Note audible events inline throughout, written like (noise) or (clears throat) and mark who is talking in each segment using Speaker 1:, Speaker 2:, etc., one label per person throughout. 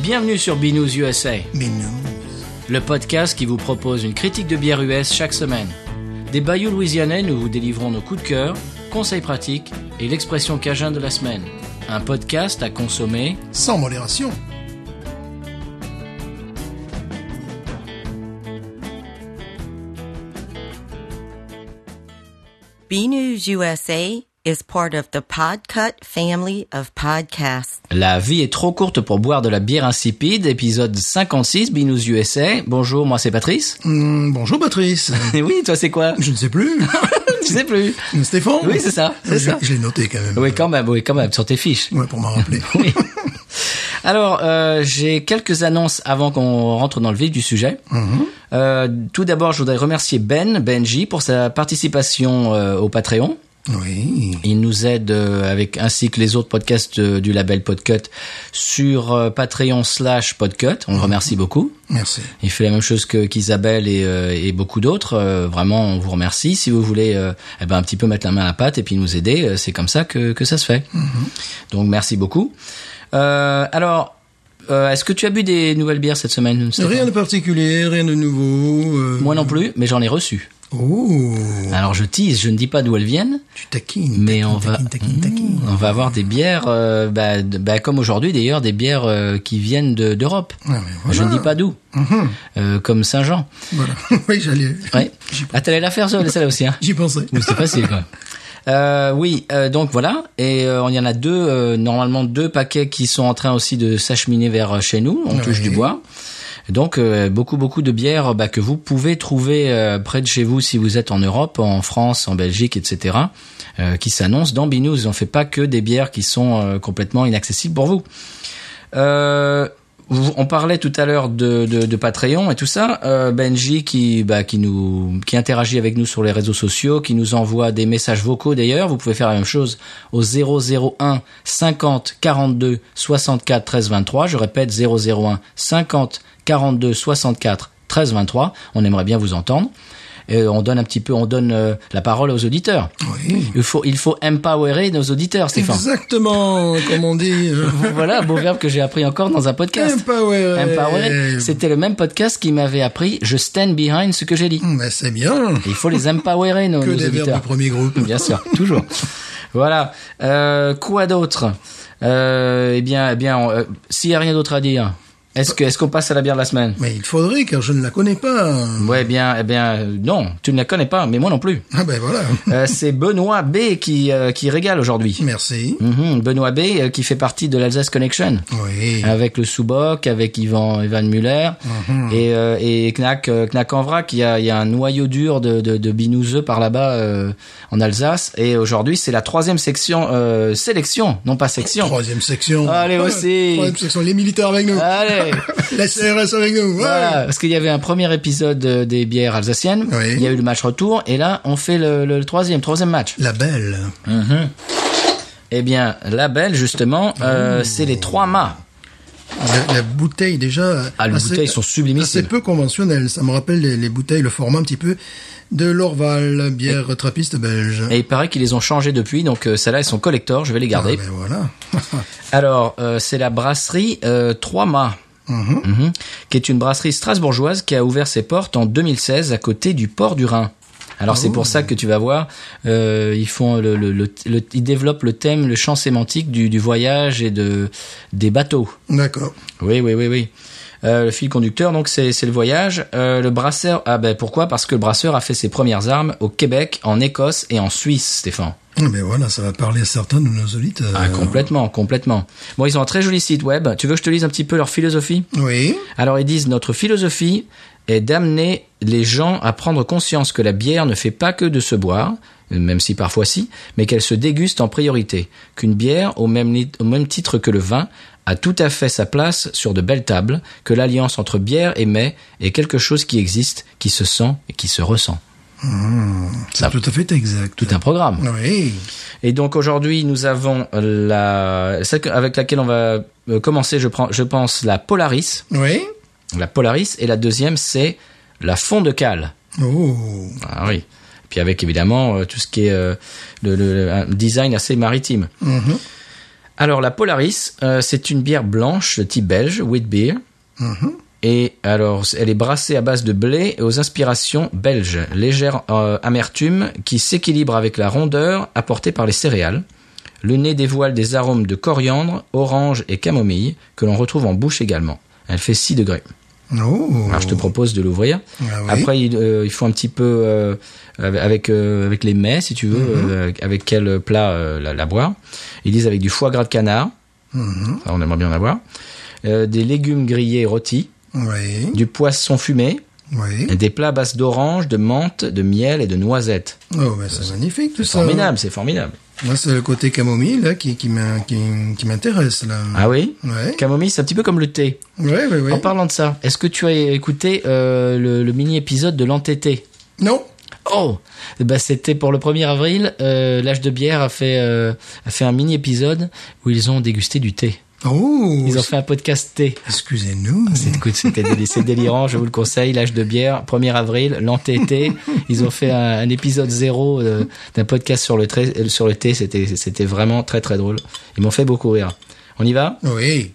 Speaker 1: Bienvenue sur Binous USA,
Speaker 2: Mais non.
Speaker 1: le podcast qui vous propose une critique de bière US chaque semaine. Des bayous louisianais, nous vous délivrons nos coups de cœur, conseils pratiques et l'expression cajun de la semaine. Un podcast à consommer.
Speaker 2: Sans modération.
Speaker 3: B News USA is part of the Podcut family of podcasts.
Speaker 1: La vie est trop courte pour boire de la bière insipide, épisode 56 Binous USA. Bonjour, moi c'est Patrice.
Speaker 2: Hmm, bonjour
Speaker 1: (laughs)
Speaker 2: Patrice.
Speaker 1: Et (laughs) oui, toi c'est quoi
Speaker 2: Je ne sais plus.
Speaker 1: (laughs) Je sais plus.
Speaker 2: Stéphane
Speaker 1: Oui, c'est ça, c'est
Speaker 2: Je-
Speaker 1: ça.
Speaker 2: Je l'ai noté quand même.
Speaker 1: Oui, quand même, oui, quand même, sur tes fiches.
Speaker 2: Ouais, pour m'en rappeler.
Speaker 1: (laughs) Oui. Alors, euh, j'ai quelques annonces avant qu'on rentre dans le vif du sujet. Euh, tout d'abord, je voudrais remercier Ben, Benji, pour sa participation euh, au Patreon.
Speaker 2: oui.
Speaker 1: Il nous aide euh, avec ainsi que les autres podcasts euh, du label Podcut sur euh, Patreon slash Podcut. On le remercie beaucoup.
Speaker 2: Merci.
Speaker 1: Il fait la même chose que qu'Isabelle et, euh, et beaucoup d'autres. Euh, vraiment, on vous remercie. Si vous voulez euh, eh ben, un petit peu mettre la main à la pâte et puis nous aider, euh, c'est comme ça que, que ça se fait.
Speaker 2: Mm-hmm.
Speaker 1: Donc, merci beaucoup. Euh, alors, euh, est-ce que tu as bu des nouvelles bières cette semaine Stéphane
Speaker 2: Rien de particulier, rien de nouveau. euh,
Speaker 1: Moi non plus, mais j'en ai reçu.
Speaker 2: Oh,
Speaker 1: Alors, je tease, je ne dis pas d'où elles viennent,
Speaker 2: tu taquines.
Speaker 1: mais
Speaker 2: taquines,
Speaker 1: on va, Hmm. Mm, Ah,
Speaker 2: taquines, taquines, taquines.
Speaker 1: on va avoir des bières, euh, bah, de- bah, comme aujourd'hui d'ailleurs, des bières euh, qui viennent de- d'Europe.
Speaker 2: Ah, Mm-hmm. mais voilà.
Speaker 1: Je ne dis pas d'où, Euh, comme Saint-Jean.
Speaker 2: Voilà. (laughs) oui, j'allais.
Speaker 1: Ouais. Ah, t'allais la faire, ça, celle-là aussi. Hein
Speaker 2: J'y pensais.
Speaker 1: Oui, c'est facile quand même. Euh, oui, euh, donc voilà, et euh, il y en a deux, euh, normalement deux paquets qui sont en train aussi de s'acheminer vers euh, chez nous, on touche
Speaker 2: Oui.
Speaker 1: du bois. Donc euh, beaucoup beaucoup de bières bah, que vous pouvez trouver euh, près de chez vous si vous êtes en Europe, en France, en Belgique, etc. euh, qui s'annoncent dans Binous. On fait pas que des bières qui sont euh, complètement inaccessibles pour vous. Euh, vous- on parlait tout à l'heure de, de, de Patreon et tout ça. Euh, Benji qui bah, qui nous qui interagit avec nous sur les réseaux sociaux, qui nous envoie des messages vocaux d'ailleurs. Vous pouvez faire la même chose au 001 50 42 64 13 23. Je répète 001 50 42 64 13 23. On aimerait bien vous entendre. Et on donne un petit peu, on donne euh, la parole aux auditeurs.
Speaker 2: Oui.
Speaker 1: Il faut il faut empowerer nos auditeurs, Stéphane.
Speaker 2: Exactement, comme on
Speaker 1: (laughs)
Speaker 2: dit. euh,
Speaker 1: Voilà, beau verbe que j'ai appris encore dans un podcast.
Speaker 2: Empower.
Speaker 1: Empowered, c'était le même podcast qui m'avait appris Je stand behind ce que j'ai dit.
Speaker 2: Ben, c'est bien.
Speaker 1: Et il faut les empowerer, nos,
Speaker 2: Que
Speaker 1: nos
Speaker 2: des verbes
Speaker 1: auditeurs.
Speaker 2: du premier groupe.
Speaker 1: Bien sûr, toujours. Voilà. Euh, quoi d'autre euh, Eh bien, eh bien, on- euh, s'il n'y a rien d'autre à dire, est-ce que est-ce qu'on passe à la bière de la semaine
Speaker 2: Mais il faudrait, car je ne la connais pas.
Speaker 1: Ouais, eh bien, eh bien, euh, non, tu ne la connais pas, mais moi non plus.
Speaker 2: Ah ben voilà. (laughs)
Speaker 1: Euh, C'est Benoît B qui euh, qui régale aujourd'hui.
Speaker 2: Merci.
Speaker 1: Mhm, Benoît B euh, qui fait partie de l'Alsace Connection.
Speaker 2: Oui.
Speaker 1: avec le Souboc, avec Ivan, Evan Muller
Speaker 2: Mm-hmm.
Speaker 1: et, euh, et Knack, euh, Knack en vrac. Il y a, il y a un noyau dur de, de, de binouseux par là-bas euh, en Alsace. Et aujourd'hui, c'est la troisième section, euh, sélection, non pas section.
Speaker 2: Troisième section.
Speaker 1: Allez,
Speaker 2: Ouais,
Speaker 1: aussi.
Speaker 2: Troisième section, les militaires avec nous. (laughs)
Speaker 1: Allez
Speaker 2: La CRS avec nous. ouais.
Speaker 1: Voilà, parce qu'il y avait un premier épisode euh, des bières alsaciennes.
Speaker 2: Oui.
Speaker 1: Il y a eu le match retour et là on fait le, le troisième, troisième match.
Speaker 2: La belle.
Speaker 1: Eh bien, la belle justement, euh,
Speaker 2: Mm.
Speaker 1: c'est les trois mâts.
Speaker 2: La, la bouteille déjà.
Speaker 1: Ah, les bouteilles sont sublimissimes.
Speaker 2: C'est Ah, peu conventionnel. Ça me rappelle les, les bouteilles, le format un petit peu de l'Orval, bière trappiste belge.
Speaker 1: Et il paraît qu'ils les ont changés depuis, donc euh, celles-là elles sont collector. Je vais les
Speaker 2: Ah,
Speaker 1: garder.
Speaker 2: ben voilà. (laughs)
Speaker 1: Alors, euh, c'est la brasserie euh, Trois Mâts, Mhm. qui est une brasserie strasbourgeoise qui a ouvert ses portes en 2016 à côté du port du Rhin. Alors c'est pour ça que tu vas voir, euh, ils font le, le- le- le- ils développent le thème, le champ sémantique du, du voyage et de des bateaux.
Speaker 2: D'accord.
Speaker 1: Oui, oui, oui, oui. Euh, le fil conducteur, donc c'est c'est le voyage. Euh, le brasseur, ah ben pourquoi Parce que le brasseur a fait ses premières armes au Québec, en Écosse et en Suisse, Stéphane.
Speaker 2: Ah, Ben voilà, ça va parler à certains de nos auditeurs.
Speaker 1: Ah, complètement, complètement. Bon, ils ont un très joli site web. Tu veux que je te lise un petit peu leur philosophie
Speaker 2: Oui.
Speaker 1: Alors ils disent notre philosophie est d'amener les gens à prendre conscience que la bière ne fait pas que de se boire, même si parfois si, mais qu'elle se déguste en priorité, qu'une bière, au même, lit- au même titre que le vin, a tout à fait sa place sur de belles tables, que l'alliance entre bière et mets est quelque chose qui existe, qui se sent et qui se ressent.
Speaker 2: C'est tout à fait exact.
Speaker 1: Tout un programme.
Speaker 2: Oui.
Speaker 1: Et donc aujourd'hui, nous avons la celle que- avec laquelle on va euh, commencer. Je prends, je pense la Polaris,
Speaker 2: Oui.
Speaker 1: la Polaris, et la deuxième c'est la fond de cale.
Speaker 2: Oh.
Speaker 1: Ah oui. Puis
Speaker 2: Mhm.
Speaker 1: avec évidemment euh, tout ce qui est euh, le, le- un design assez maritime. Alors la Polaris, euh, c'est une bière blanche de type belge, wheat beer.
Speaker 2: Mhm.
Speaker 1: Et alors, elle est brassée à base de blé et aux inspirations belges, légère euh, amertume qui s'équilibre avec la rondeur apportée par les céréales. Le nez dévoile des arômes de coriandre, orange et camomille que l'on retrouve en bouche également. Elle fait 6 degrés.
Speaker 2: Oh.
Speaker 1: Alors, je te propose de l'ouvrir.
Speaker 2: Ah oui.
Speaker 1: Après, il, euh, il faut un petit peu euh, avec euh, avec les mets, si tu veux,
Speaker 2: Mhm.
Speaker 1: euh, avec quel plat euh, la, la boire. Ils disent avec du foie gras de canard.
Speaker 2: Mhm.
Speaker 1: Ça, on aimerait bien en avoir. Euh, des légumes grillés et rôtis,
Speaker 2: Oui.
Speaker 1: du poisson fumé,
Speaker 2: Oui.
Speaker 1: et des plats à base d'orange, de menthe, de miel et de noisettes.
Speaker 2: Oh, ben, c'est magnifique tout
Speaker 1: C'est
Speaker 2: ça.
Speaker 1: formidable, c'est formidable.
Speaker 2: Moi, c'est le côté camomille là, qui, qui m'in- qui- qui m'intéresse. là.
Speaker 1: Ah oui
Speaker 2: Ouais.
Speaker 1: Camomille, c'est un petit peu comme le thé.
Speaker 2: Ouais, ouais, ouais.
Speaker 1: En parlant de ça, est-ce que tu as écouté euh, le, le mini-épisode de l'entêté
Speaker 2: Non.
Speaker 1: Oh Eh ben, C'était pour le 1er avril. euh, L'âge de bière a fait, euh, a fait un mini-épisode où ils ont dégusté du thé.
Speaker 2: Oh.
Speaker 1: Ils ont fait un podcast thé.
Speaker 2: Excusez-nous.
Speaker 1: Écoute, c'était déli- c'est délirant, je vous le conseille. L'âge de bière, 1er avril, l'entêté. Ils ont fait un, un épisode zéro euh, d'un podcast sur le, trai- euh, sur le thé. C'était c'était vraiment très très drôle. Ils m'ont fait beaucoup rire. On y va
Speaker 2: Oui.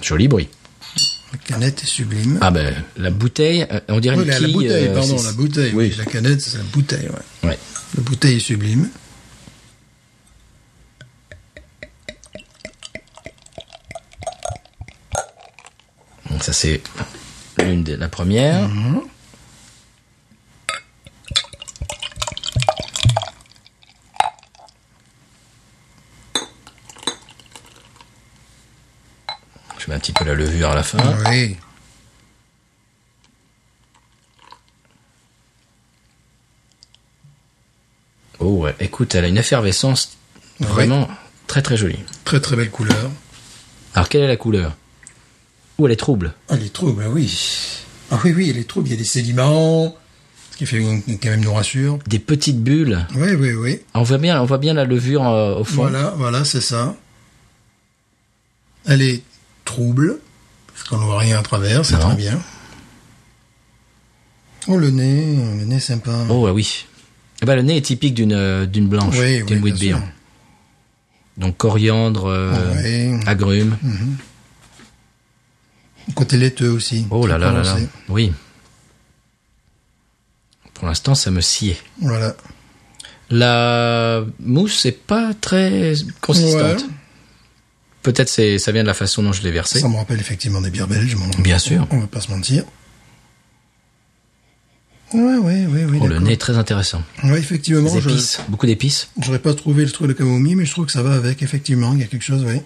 Speaker 1: Joli bruit.
Speaker 2: La canette est sublime.
Speaker 1: Ah ben, la bouteille, euh, on dirait
Speaker 2: Oui,
Speaker 1: une
Speaker 2: la, la
Speaker 1: quille,
Speaker 2: bouteille,
Speaker 1: euh,
Speaker 2: pardon,
Speaker 1: c'est-
Speaker 2: la bouteille. Oui.
Speaker 1: Oui.
Speaker 2: La canette, c'est la bouteille. Ouais.
Speaker 1: Ouais.
Speaker 2: La bouteille est sublime.
Speaker 1: Donc ça c'est l'une des la première. Je mets un petit peu la levure à la fin.
Speaker 2: Oui.
Speaker 1: Oh ouais, écoute, elle a une effervescence vraiment très très jolie.
Speaker 2: Très très belle couleur.
Speaker 1: Alors quelle est la couleur Ouh, elle est trouble.
Speaker 2: Ah, les troubles, ah oui. Ah oui, oui, les troubles, il y a des sédiments, ce qui fait quand même nous rassure.
Speaker 1: Des petites bulles.
Speaker 2: Oui, oui, oui.
Speaker 1: Ah, On voit bien, on voit bien la levure euh, au fond.
Speaker 2: Voilà, voilà, c'est ça. Elle est trouble, parce qu'on ne voit rien à travers, c'est
Speaker 1: Non.
Speaker 2: très bien. Oh, le nez, le nez sympa.
Speaker 1: Oh ah oui. Eh ben, le nez est typique d'une euh, d'une blanche,
Speaker 2: Oui,
Speaker 1: d'une
Speaker 2: oui,
Speaker 1: wheat
Speaker 2: bien
Speaker 1: beer.
Speaker 2: sûr.
Speaker 1: Donc coriandre, euh,
Speaker 2: Oui. Hmm.
Speaker 1: agrumes.
Speaker 2: Côté laiteux aussi.
Speaker 1: Oh là
Speaker 2: très
Speaker 1: là là là.
Speaker 2: prononcé.
Speaker 1: Oui. Pour l'instant, ça me sciait.
Speaker 2: Voilà.
Speaker 1: La mousse est pas très consistante.
Speaker 2: Ouais.
Speaker 1: Peut-être c'est ça vient de la façon dont je l'ai versée.
Speaker 2: Ça me rappelle effectivement des bières belges. mais on-
Speaker 1: Bien sûr.
Speaker 2: On ne va pas se mentir. Ouais, ouais, ouais, oui.
Speaker 1: Oh, le
Speaker 2: d'accord. euh,
Speaker 1: nez est très intéressant.
Speaker 2: Ouais, effectivement.
Speaker 1: Des
Speaker 2: je-
Speaker 1: épices, beaucoup d'épices.
Speaker 2: J'aurais pas trouvé le truc de camomille, mais je trouve que ça va avec, effectivement. Il y a quelque chose, oui.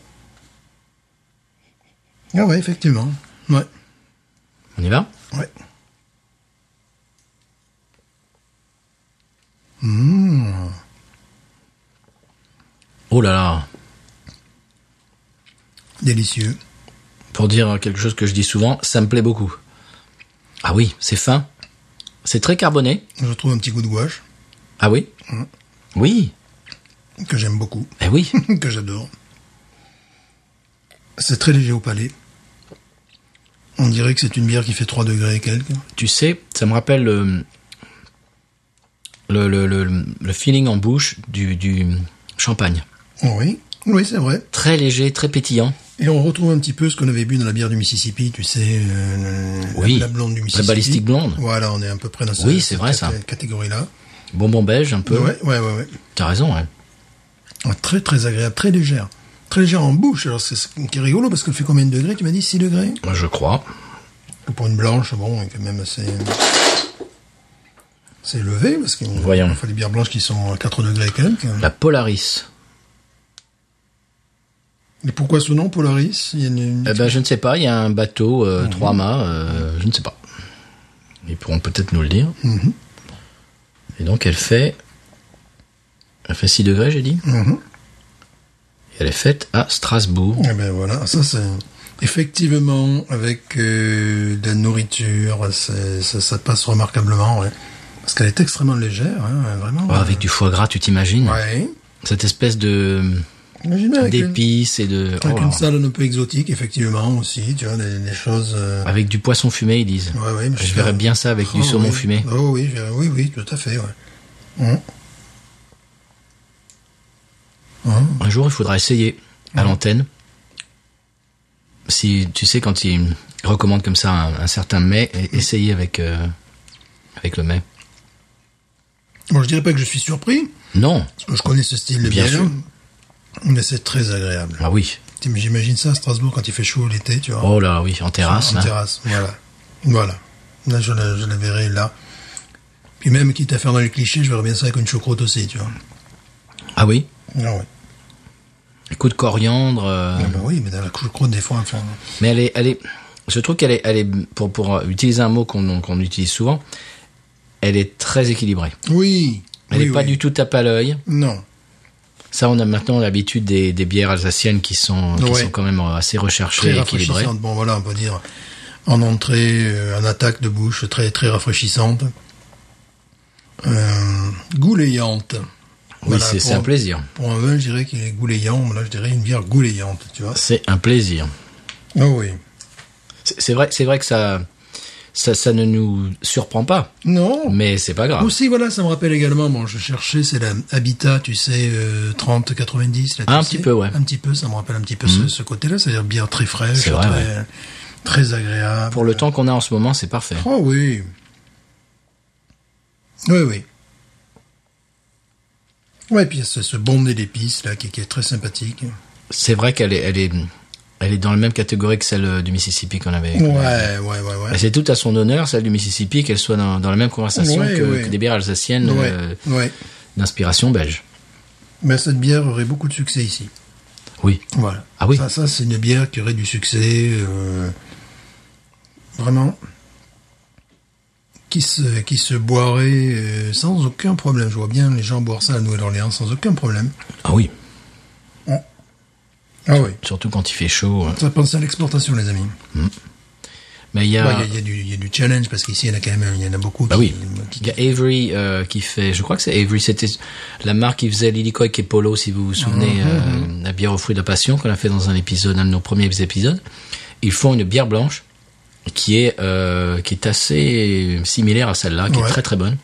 Speaker 2: Ah ouais, effectivement. Ouais.
Speaker 1: On y va
Speaker 2: Ouais.
Speaker 1: Oh là là.
Speaker 2: Délicieux.
Speaker 1: Pour dire quelque chose que je dis souvent, ça me plaît beaucoup. Ah oui, c'est fin. C'est très carboné.
Speaker 2: Je trouve un petit goût de gouache,
Speaker 1: Ah oui Oui.
Speaker 2: que j'aime beaucoup, (laughs)
Speaker 1: Eh oui. (laughs)
Speaker 2: que j'adore. C'est très léger au palais. On dirait que c'est une bière qui fait 3 degrés et quelques.
Speaker 1: tu sais, ça me rappelle le, le, le, le, le feeling en bouche du, du champagne.
Speaker 2: Ah Oui. Oui, c'est vrai.
Speaker 1: Très léger, très pétillant.
Speaker 2: Et on retrouve un petit peu ce qu'on avait bu dans la bière du Mississippi, tu sais, euh, la-
Speaker 1: Oui.
Speaker 2: la, blonde du
Speaker 1: La
Speaker 2: Mississippi.
Speaker 1: balistique blonde.
Speaker 2: Voilà, on est à peu près dans cette,
Speaker 1: Oui, c'est vrai,
Speaker 2: cette
Speaker 1: ça.
Speaker 2: catégorie-là.
Speaker 1: Bonbon beige, un peu.
Speaker 2: Ouais, ouais, ouais, ouais.
Speaker 1: T'as raison, hein. ouais.
Speaker 2: Ah, Très très agréable, très légère. Très légère en bouche, alors c'est ce qui est rigolo parce qu'elle fait combien de degrés Tu m'as dit 6 degrés
Speaker 1: Moi, Je crois.
Speaker 2: Pour une blanche, bon, elle est quand même assez. C'est élevé parce qu'il
Speaker 1: Voyons.
Speaker 2: faut des bières blanches qui sont à 4 degrés et quelques.
Speaker 1: La Polaris.
Speaker 2: Mais pourquoi ce nom, Polaris Il y a une- une-
Speaker 1: Eh ben, je ne sais pas, il y a un bateau, euh, trois mâts, euh, je ne sais pas. Ils pourront peut-être nous le dire. Et donc, elle fait. Elle fait 6 degrés, j'ai dit.
Speaker 2: Mhm.
Speaker 1: Et elle est faite à Strasbourg.
Speaker 2: Eh ben voilà, ça c'est. Effectivement, avec euh, de la nourriture, c'est- ça, ça passe remarquablement, ouais. Parce qu'elle est extrêmement légère, hein, vraiment.
Speaker 1: Oh, avec du foie gras, tu t'imagines
Speaker 2: Ouais.
Speaker 1: Cette espèce de.
Speaker 2: Imaginez avec une-
Speaker 1: d'épices et de.
Speaker 2: Avec
Speaker 1: oh,
Speaker 2: une
Speaker 1: alors.
Speaker 2: salade un peu exotique, effectivement, aussi, tu vois, des, des choses... euh,
Speaker 1: Avec du poisson fumé, ils disent.
Speaker 2: ouais, ouais, mais
Speaker 1: je verrais bien ça avec du
Speaker 2: Oh,
Speaker 1: saumon
Speaker 2: oui.
Speaker 1: fumé.
Speaker 2: Oh oui, je verrais- oui, oui, tout à fait, ouais. Hum.
Speaker 1: Un jour, il faudra essayer à l'antenne. Si tu sais quand ils recommandent comme ça un, un certain mets,
Speaker 2: Mm.
Speaker 1: e- essayer avec euh, avec le mets.
Speaker 2: Bon, je dirais pas que je suis surpris,
Speaker 1: Non.
Speaker 2: parce que je connais ce style de
Speaker 1: Bien
Speaker 2: bière,
Speaker 1: sûr.
Speaker 2: mais c'est très agréable.
Speaker 1: Ah oui.
Speaker 2: T'im- J'imagine ça à Strasbourg quand il fait chaud l'été, tu vois.
Speaker 1: Oh là oui, en terrasse.
Speaker 2: en
Speaker 1: là.
Speaker 2: terrasse, voilà. Voilà. Là, je la, je la verrai là. Puis même, quitte à faire dans les clichés, je verrais bien ça avec une choucroute aussi, tu vois.
Speaker 1: Ah oui.
Speaker 2: Ah ouais.
Speaker 1: Coup de coriandre. euh,
Speaker 2: Ah bah oui, mais dans la choucroute, des fois, enfin,
Speaker 1: Mais elle est, elle est, je trouve qu'elle est, elle est pour pour euh, utiliser un mot qu'on qu'on utilise souvent, elle est très équilibrée.
Speaker 2: Oui.
Speaker 1: Elle
Speaker 2: oui,
Speaker 1: n'est pas
Speaker 2: oui.
Speaker 1: du tout tape à l'œil.
Speaker 2: Non.
Speaker 1: Ça, on a maintenant l'habitude des, des bières alsaciennes qui sont qui
Speaker 2: Ouais.
Speaker 1: sont quand même euh, assez recherchées
Speaker 2: Très
Speaker 1: et équilibrées.
Speaker 2: rafraîchissante. Bon, voilà, on peut dire en entrée, euh, en attaque de bouche, très très rafraîchissante. Euh, goulayante.
Speaker 1: Oui, c'est c'est un plaisir.
Speaker 2: Pour un vin, je dirais qu'il est goulayant. mais Là, je dirais une bière goulayante, tu vois.
Speaker 1: C'est un plaisir.
Speaker 2: Ah oui.
Speaker 1: C'est c'est vrai, c'est vrai que ça, ça, ça ne nous surprend pas,
Speaker 2: Non.
Speaker 1: mais c'est pas grave.
Speaker 2: Aussi, voilà, ça me rappelle également, bon, je cherchais, c'est la Habitat, tu sais, euh, 30-90. là, tu
Speaker 1: Un
Speaker 2: sais.
Speaker 1: petit peu, ouais. Mhm.
Speaker 2: Un petit peu, ça me rappelle un petit peu ce, ce côté-là, c'est-à-dire bière très fraîche,
Speaker 1: C'est vrai,
Speaker 2: très, très agréable.
Speaker 1: Pour le temps qu'on a en ce moment, c'est parfait.
Speaker 2: Oh oui. Oui, oui. Ouais, puis il y a ce, ce bon nez d'épices là qui, qui est très sympathique.
Speaker 1: C'est vrai qu'elle est, elle est, elle est dans la même catégorie que celle euh, du Mississippi qu'on avait.
Speaker 2: Ouais, ouais, ouais,
Speaker 1: Et
Speaker 2: ouais.
Speaker 1: C'est tout à son honneur, celle du Mississippi, qu'elle soit dans, dans la même conversation
Speaker 2: Ouais,
Speaker 1: que,
Speaker 2: ouais.
Speaker 1: que des bières alsaciennes
Speaker 2: Ouais,
Speaker 1: euh,
Speaker 2: ouais.
Speaker 1: d'inspiration belge.
Speaker 2: Mais cette bière aurait beaucoup de succès ici.
Speaker 1: Oui.
Speaker 2: Voilà.
Speaker 1: Ah oui.
Speaker 2: Ça, ça c'est une bière qui aurait du succès. euh, vraiment. Qui se, qui se boirait euh, sans aucun problème. Je vois bien les gens boire ça à Nouvelle-Orléans sans aucun problème.
Speaker 1: Ah oui.
Speaker 2: Ah oui.
Speaker 1: Surtout quand il fait chaud. euh.
Speaker 2: Ça pense à l'exportation, les amis.
Speaker 1: Mais il y
Speaker 2: Ouais,
Speaker 1: a,
Speaker 2: Il y, a- il y a du- il y a du challenge parce qu'ici il y en a quand même il y en a beaucoup.
Speaker 1: bah
Speaker 2: qui-
Speaker 1: oui.
Speaker 2: qui-
Speaker 1: Il y a Avery euh, qui fait, je crois que c'est Avery, c'était la marque qui faisait Lily Coy et Polo, si vous vous souvenez,
Speaker 2: Mhm.
Speaker 1: euh, la bière aux fruits de la passion qu'on a fait dans un épisode, un de nos premiers épisodes. Ils font une bière blanche qui est euh, qui est assez similaire à celle-là, qui
Speaker 2: Ouais.
Speaker 1: est très très bonne.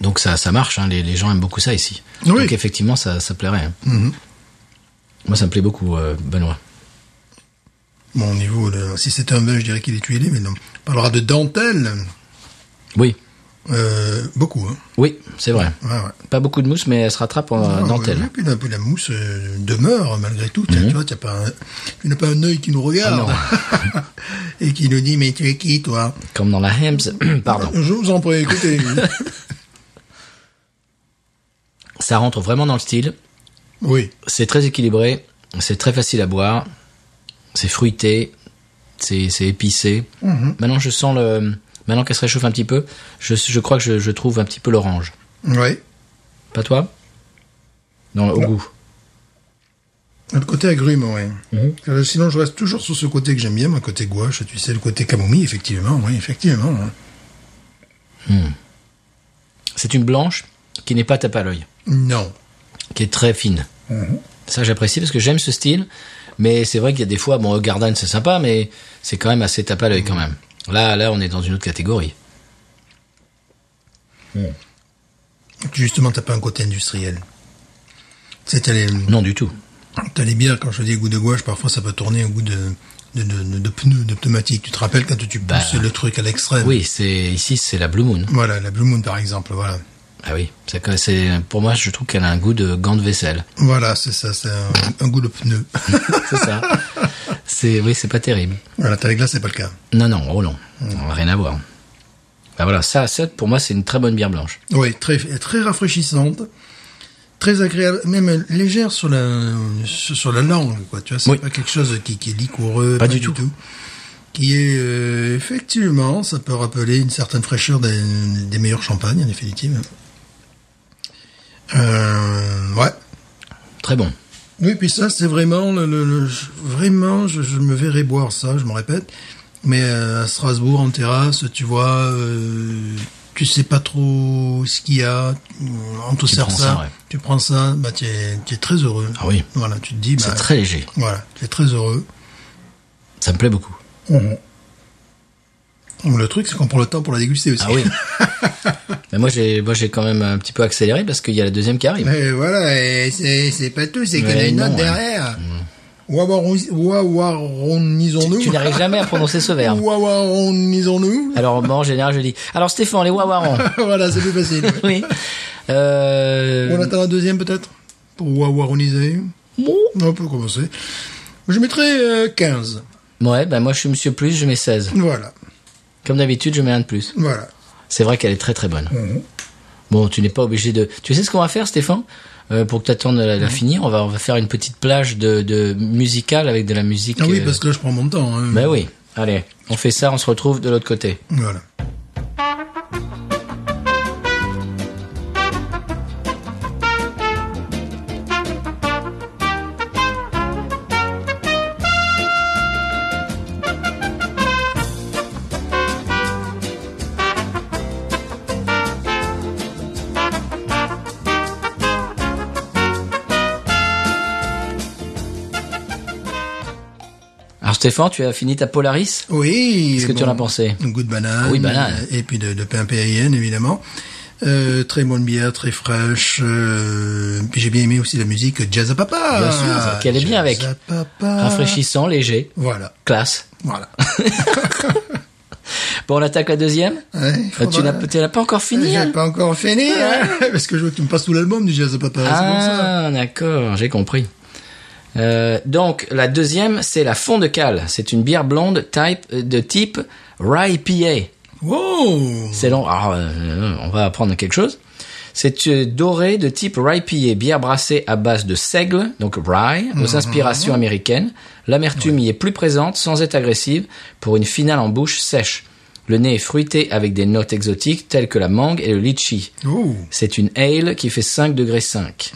Speaker 1: Donc ça ça marche, hein, les, les gens aiment beaucoup ça ici.
Speaker 2: Oui. Mhm.
Speaker 1: Donc effectivement ça ça plairait. hein. Moi ça me plaît beaucoup, euh, Benoît.
Speaker 2: Bon, au niveau de, si c'est un vin, je dirais qu'il est tuilé, mais non. On parlera de dentelle,
Speaker 1: Oui,
Speaker 2: euh, beaucoup. Hein.
Speaker 1: oui, c'est vrai.
Speaker 2: Ouais, ouais.
Speaker 1: Pas beaucoup de mousse, mais elle se rattrape en
Speaker 2: Ah,
Speaker 1: dentelle. Mhm.
Speaker 2: ouais, puis, la, puis la mousse euh, demeure malgré tout. Tiens, Tu vois, t'as pas un- tu n'as pas un œil qui nous regarde
Speaker 1: Ah
Speaker 2: (laughs) et qui nous dit mais tu es qui toi
Speaker 1: Comme dans la Hems, (clears throat) pardon.
Speaker 2: Je vous en
Speaker 1: (laughs)
Speaker 2: prie, écoutez.
Speaker 1: Ça rentre vraiment dans le style.
Speaker 2: oui.
Speaker 1: C'est très équilibré, c'est très facile à boire, c'est fruité, c'est c'est épicé. Maintenant, je sens le. Maintenant qu'elle se réchauffe un petit peu, je, je crois que je, je trouve un petit peu l'orange.
Speaker 2: Oui.
Speaker 1: Pas toi Dans le- au goût.
Speaker 2: Le côté agrume, oui.
Speaker 1: Mhm.
Speaker 2: Euh, Sinon, je reste toujours sur ce côté que j'aime bien, mon côté gouache, tu sais, le côté camomille, effectivement, oui, effectivement. hein.
Speaker 1: C'est une blanche qui n'est pas tape à l'œil,
Speaker 2: Non.
Speaker 1: qui est très fine. Ça, j'apprécie parce que j'aime ce style, mais c'est vrai qu'il y a des fois, bon, Garden, c'est sympa, mais c'est quand même assez tape à l'œil quand même. Là, là, on est dans une autre catégorie.
Speaker 2: Justement, t'as pas un côté industriel. Tu sais, t'as les,
Speaker 1: Non, du tout.
Speaker 2: t'as les bières, quand je dis goût de gouache, parfois ça peut tourner au goût de, de, de, de, de pneus, de pneumatique. Tu te rappelles quand tu pousses
Speaker 1: Bah,
Speaker 2: le truc à l'extrême
Speaker 1: Oui, c'est ici, c'est la Blue Moon.
Speaker 2: Voilà, la Blue Moon, par exemple, voilà.
Speaker 1: Ah oui, c'est que c'est pour moi je trouve qu'elle a un goût de gant de vaisselle.
Speaker 2: Voilà, c'est ça, c'est un, un goût de
Speaker 1: (laughs)
Speaker 2: pneu.
Speaker 1: C'est ça. c'est oui, c'est pas terrible.
Speaker 2: voilà, t'as les glaces, c'est pas le cas.
Speaker 1: Non non, oh non, on a rien à voir. Bah voilà, ça, ça pour moi c'est une très bonne bière blanche.
Speaker 2: Oui, très, très rafraîchissante, très agréable, même légère sur la, sur la langue, quoi. Tu vois, c'est
Speaker 1: Oui.
Speaker 2: pas quelque chose qui, qui est liquoreux,
Speaker 1: Pas du tout.
Speaker 2: Qui est, euh, effectivement, ça peut rappeler une certaine fraîcheur des, des meilleurs champagnes, en définitive. Euh, ouais.
Speaker 1: Très bon.
Speaker 2: Oui, puis ça, c'est vraiment le, le- le- je- vraiment, je, je me verrai boire ça, je me répète. Mais euh, à Strasbourg, en terrasse, tu vois, euh, tu sais pas trop ce qu'il y a, on te
Speaker 1: Tu
Speaker 2: sert
Speaker 1: prends
Speaker 2: ça,
Speaker 1: ça, ouais.
Speaker 2: tu prends ça, bah tu es, tu es très heureux.
Speaker 1: Ah oui.
Speaker 2: Voilà, tu te dis, bah,
Speaker 1: C'est très léger.
Speaker 2: voilà, tu es très heureux. Hum,
Speaker 1: Ça me plaît beaucoup.
Speaker 2: (laughs) Le truc, c'est qu'on prend le temps pour la déguster aussi.
Speaker 1: Ah oui. Mais moi, j'ai, moi, j'ai quand même un petit peu accéléré parce qu'il y a la deuxième qui arrive.
Speaker 2: Mais voilà, et c'est c'est pas tout, c'est qu'il y en a
Speaker 1: Ouais,
Speaker 2: une
Speaker 1: non,
Speaker 2: autre
Speaker 1: ouais. Hum.
Speaker 2: derrière. Wawaronisons-nous.
Speaker 1: Tu n'arrives jamais à prononcer ce
Speaker 2: (laughs)
Speaker 1: verbe.
Speaker 2: Wawaronisons-nous.
Speaker 1: Alors, moi, en général, je dis. Alors, Stéphane, les Wawarons.
Speaker 2: (laughs) voilà, c'est plus facile.
Speaker 1: oui. Euh,
Speaker 2: On attend la deuxième peut-être Pour wawaroniser. On peut commencer. Je mettrai euh, 15.
Speaker 1: Ouais, ben moi, je suis Monsieur Plus, je mets 16.
Speaker 2: Voilà.
Speaker 1: Comme d'habitude, je mets un de plus.
Speaker 2: Voilà.
Speaker 1: C'est vrai qu'elle est très très bonne.
Speaker 2: Mhm.
Speaker 1: Bon, tu n'es pas obligé de. Tu sais ce qu'on va faire, Stéphane Euh, Pour que tu attendes
Speaker 2: Mhm.
Speaker 1: la, la finir, on va, on va faire une petite plage de, de musicale avec de la musique.
Speaker 2: Ah oui,
Speaker 1: euh,
Speaker 2: parce que là, je prends mon temps. hein.
Speaker 1: Ben oui. Allez, on fait ça, on se retrouve de l'autre côté.
Speaker 2: Voilà.
Speaker 1: Alors Stéphane, tu as fini ta Polaris
Speaker 2: Oui.
Speaker 1: Qu'est-ce que tu en as pensé
Speaker 2: Un goût de banane.
Speaker 1: Oui, banane.
Speaker 2: euh, Et puis de, de pain PAIN, évidemment. Euh, très bonne bière, très fraîche. euh, puis j'ai bien aimé aussi la musique Jazz à Papa.
Speaker 1: Bien sûr, qui allait bien avec.
Speaker 2: Jazz à Papa.
Speaker 1: Rafraîchissant, léger,
Speaker 2: Voilà.
Speaker 1: classe.
Speaker 2: Voilà.
Speaker 1: Bon, on attaque la deuxième
Speaker 2: Ouais,
Speaker 1: (laughs)
Speaker 2: il
Speaker 1: Euh, Tu
Speaker 2: faudra-
Speaker 1: n'as tu l'as pas encore fini hein
Speaker 2: J'ai pas encore fini, hein, (laughs) parce que je veux que tu me passes tout l'album du Jazz à Papa. c'est pour ça.
Speaker 1: Ah, d'accord, j'ai compris. Euh, donc la deuxième, c'est la fond de cale. C'est une bière blonde type euh, de type rye PA.
Speaker 2: Wow
Speaker 1: C'est long. Alors, euh, on va apprendre quelque chose. C'est euh, doré de type rye pillé, bière brassée à base de seigle, donc rye,
Speaker 2: Mhm.
Speaker 1: aux inspirations américaines. L'amertume y est plus présente, sans être agressive, pour une finale en bouche sèche. Le nez est fruité avec des notes exotiques telles que la mangue et le litchi.
Speaker 2: Oh Mhm.
Speaker 1: C'est une ale qui fait 5 degrés 5.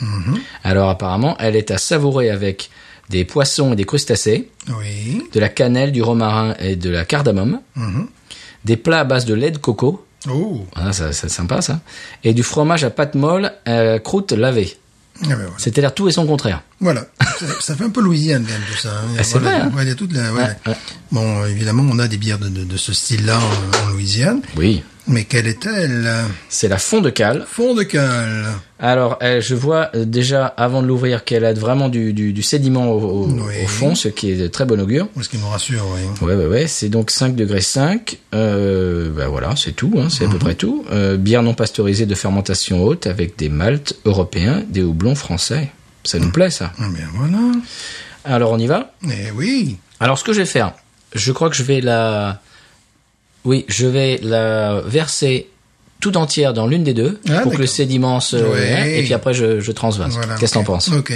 Speaker 1: Alors apparemment, elle est à savourer avec des poissons et des crustacés,
Speaker 2: Oui.
Speaker 1: de la cannelle, du romarin et de la cardamome, des plats à base de lait de coco,
Speaker 2: Oh
Speaker 1: ah, ça, c'est sympa ça. Et du fromage à pâte molle, euh, croûte lavée.
Speaker 2: Ah ben voilà.
Speaker 1: C'était l'air tout et son contraire.
Speaker 2: Voilà. ça, ça fait un peu Louisiane quand même tout ça. hein.
Speaker 1: Ah, c'est
Speaker 2: Voilà.
Speaker 1: vrai, hein.
Speaker 2: Ouais, il y a toute la. ouais.
Speaker 1: Ouais, ouais.
Speaker 2: Bon, évidemment, on a des bières de, de- de ce style-là en, en Louisiane,
Speaker 1: Oui.
Speaker 2: mais quelle est-elle euh,
Speaker 1: C'est la fond de cale.
Speaker 2: Fond de cale.
Speaker 1: Alors, euh, je vois euh, déjà avant de l'ouvrir qu'elle a vraiment du, du- du sédiment au, au-
Speaker 2: Oui.
Speaker 1: au fond, ce qui est de très bon augure.
Speaker 2: Ou ce qui nous rassure, oui.
Speaker 1: Ouais, ouais, ouais. C'est donc 5 degrés 5. Euh, bah voilà, c'est tout. hein, c'est à
Speaker 2: Mhm.
Speaker 1: peu près tout. Euh, bière non pasteurisée de fermentation haute avec des maltes européens, des houblons français. Ça nous plaît ça.
Speaker 2: Ah ben voilà.
Speaker 1: Alors on y va
Speaker 2: Eh oui.
Speaker 1: Alors, ce que je vais faire, je crois que je vais la. Oui, je vais la verser tout entière dans l'une des deux
Speaker 2: Ah,
Speaker 1: pour que le
Speaker 2: d'accord.
Speaker 1: sédiment se.
Speaker 2: Ouais.
Speaker 1: Et puis après, je, je transverse.
Speaker 2: Voilà,
Speaker 1: Ah, Qu'est-ce que
Speaker 2: ok.
Speaker 1: t'en penses
Speaker 2: Ok.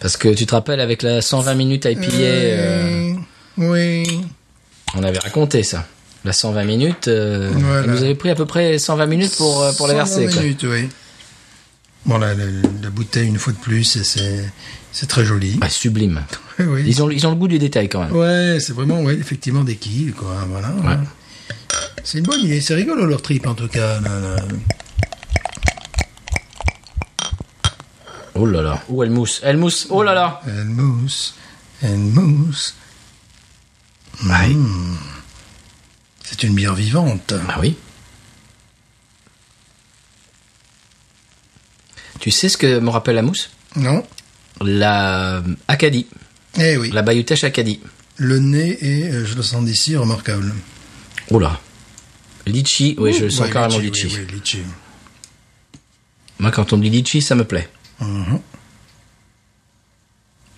Speaker 1: Parce que tu te rappelles, avec la 120 minutes à épiler, euh,
Speaker 2: Oui. oui.
Speaker 1: on avait raconté ça. La 120 minutes, euh,
Speaker 2: Voilà.
Speaker 1: elle nous avait pris à peu près 120 minutes pour, euh, pour la
Speaker 2: 120
Speaker 1: verser. quoi.
Speaker 2: minutes, oui. Bon, là, la, la bouteille, une fois de plus, c'est- c'est c'est très joli.
Speaker 1: Ah, sublime.
Speaker 2: oui.
Speaker 1: Ils ont, ils ont le goût du détail quand même.
Speaker 2: Ouais, c'est vraiment, ouais, effectivement, des quilles, quoi. hein, Voilà. ouais. C'est une bonne idée. C'est rigolo, leur trip, en tout cas. là, là.
Speaker 1: Oh là là. Où elle mousse Elle mousse. Oh là là.
Speaker 2: Elle mousse. Elle mousse. Mm. C'est une bière vivante.
Speaker 1: Ah oui. Tu sais ce que me rappelle la mousse
Speaker 2: Non
Speaker 1: La euh, Acadie,
Speaker 2: Eh oui.
Speaker 1: la Bayoutèche Acadie.
Speaker 2: Le nez est, euh, je le sens d'ici, remarquable.
Speaker 1: Oula. Oh Litchi, oui, je le sens
Speaker 2: Ouais,
Speaker 1: carrément litchi.
Speaker 2: litchi, oui, oui, litchi.
Speaker 1: Moi, quand on me dit litchi, ça me plaît.
Speaker 2: Mhm.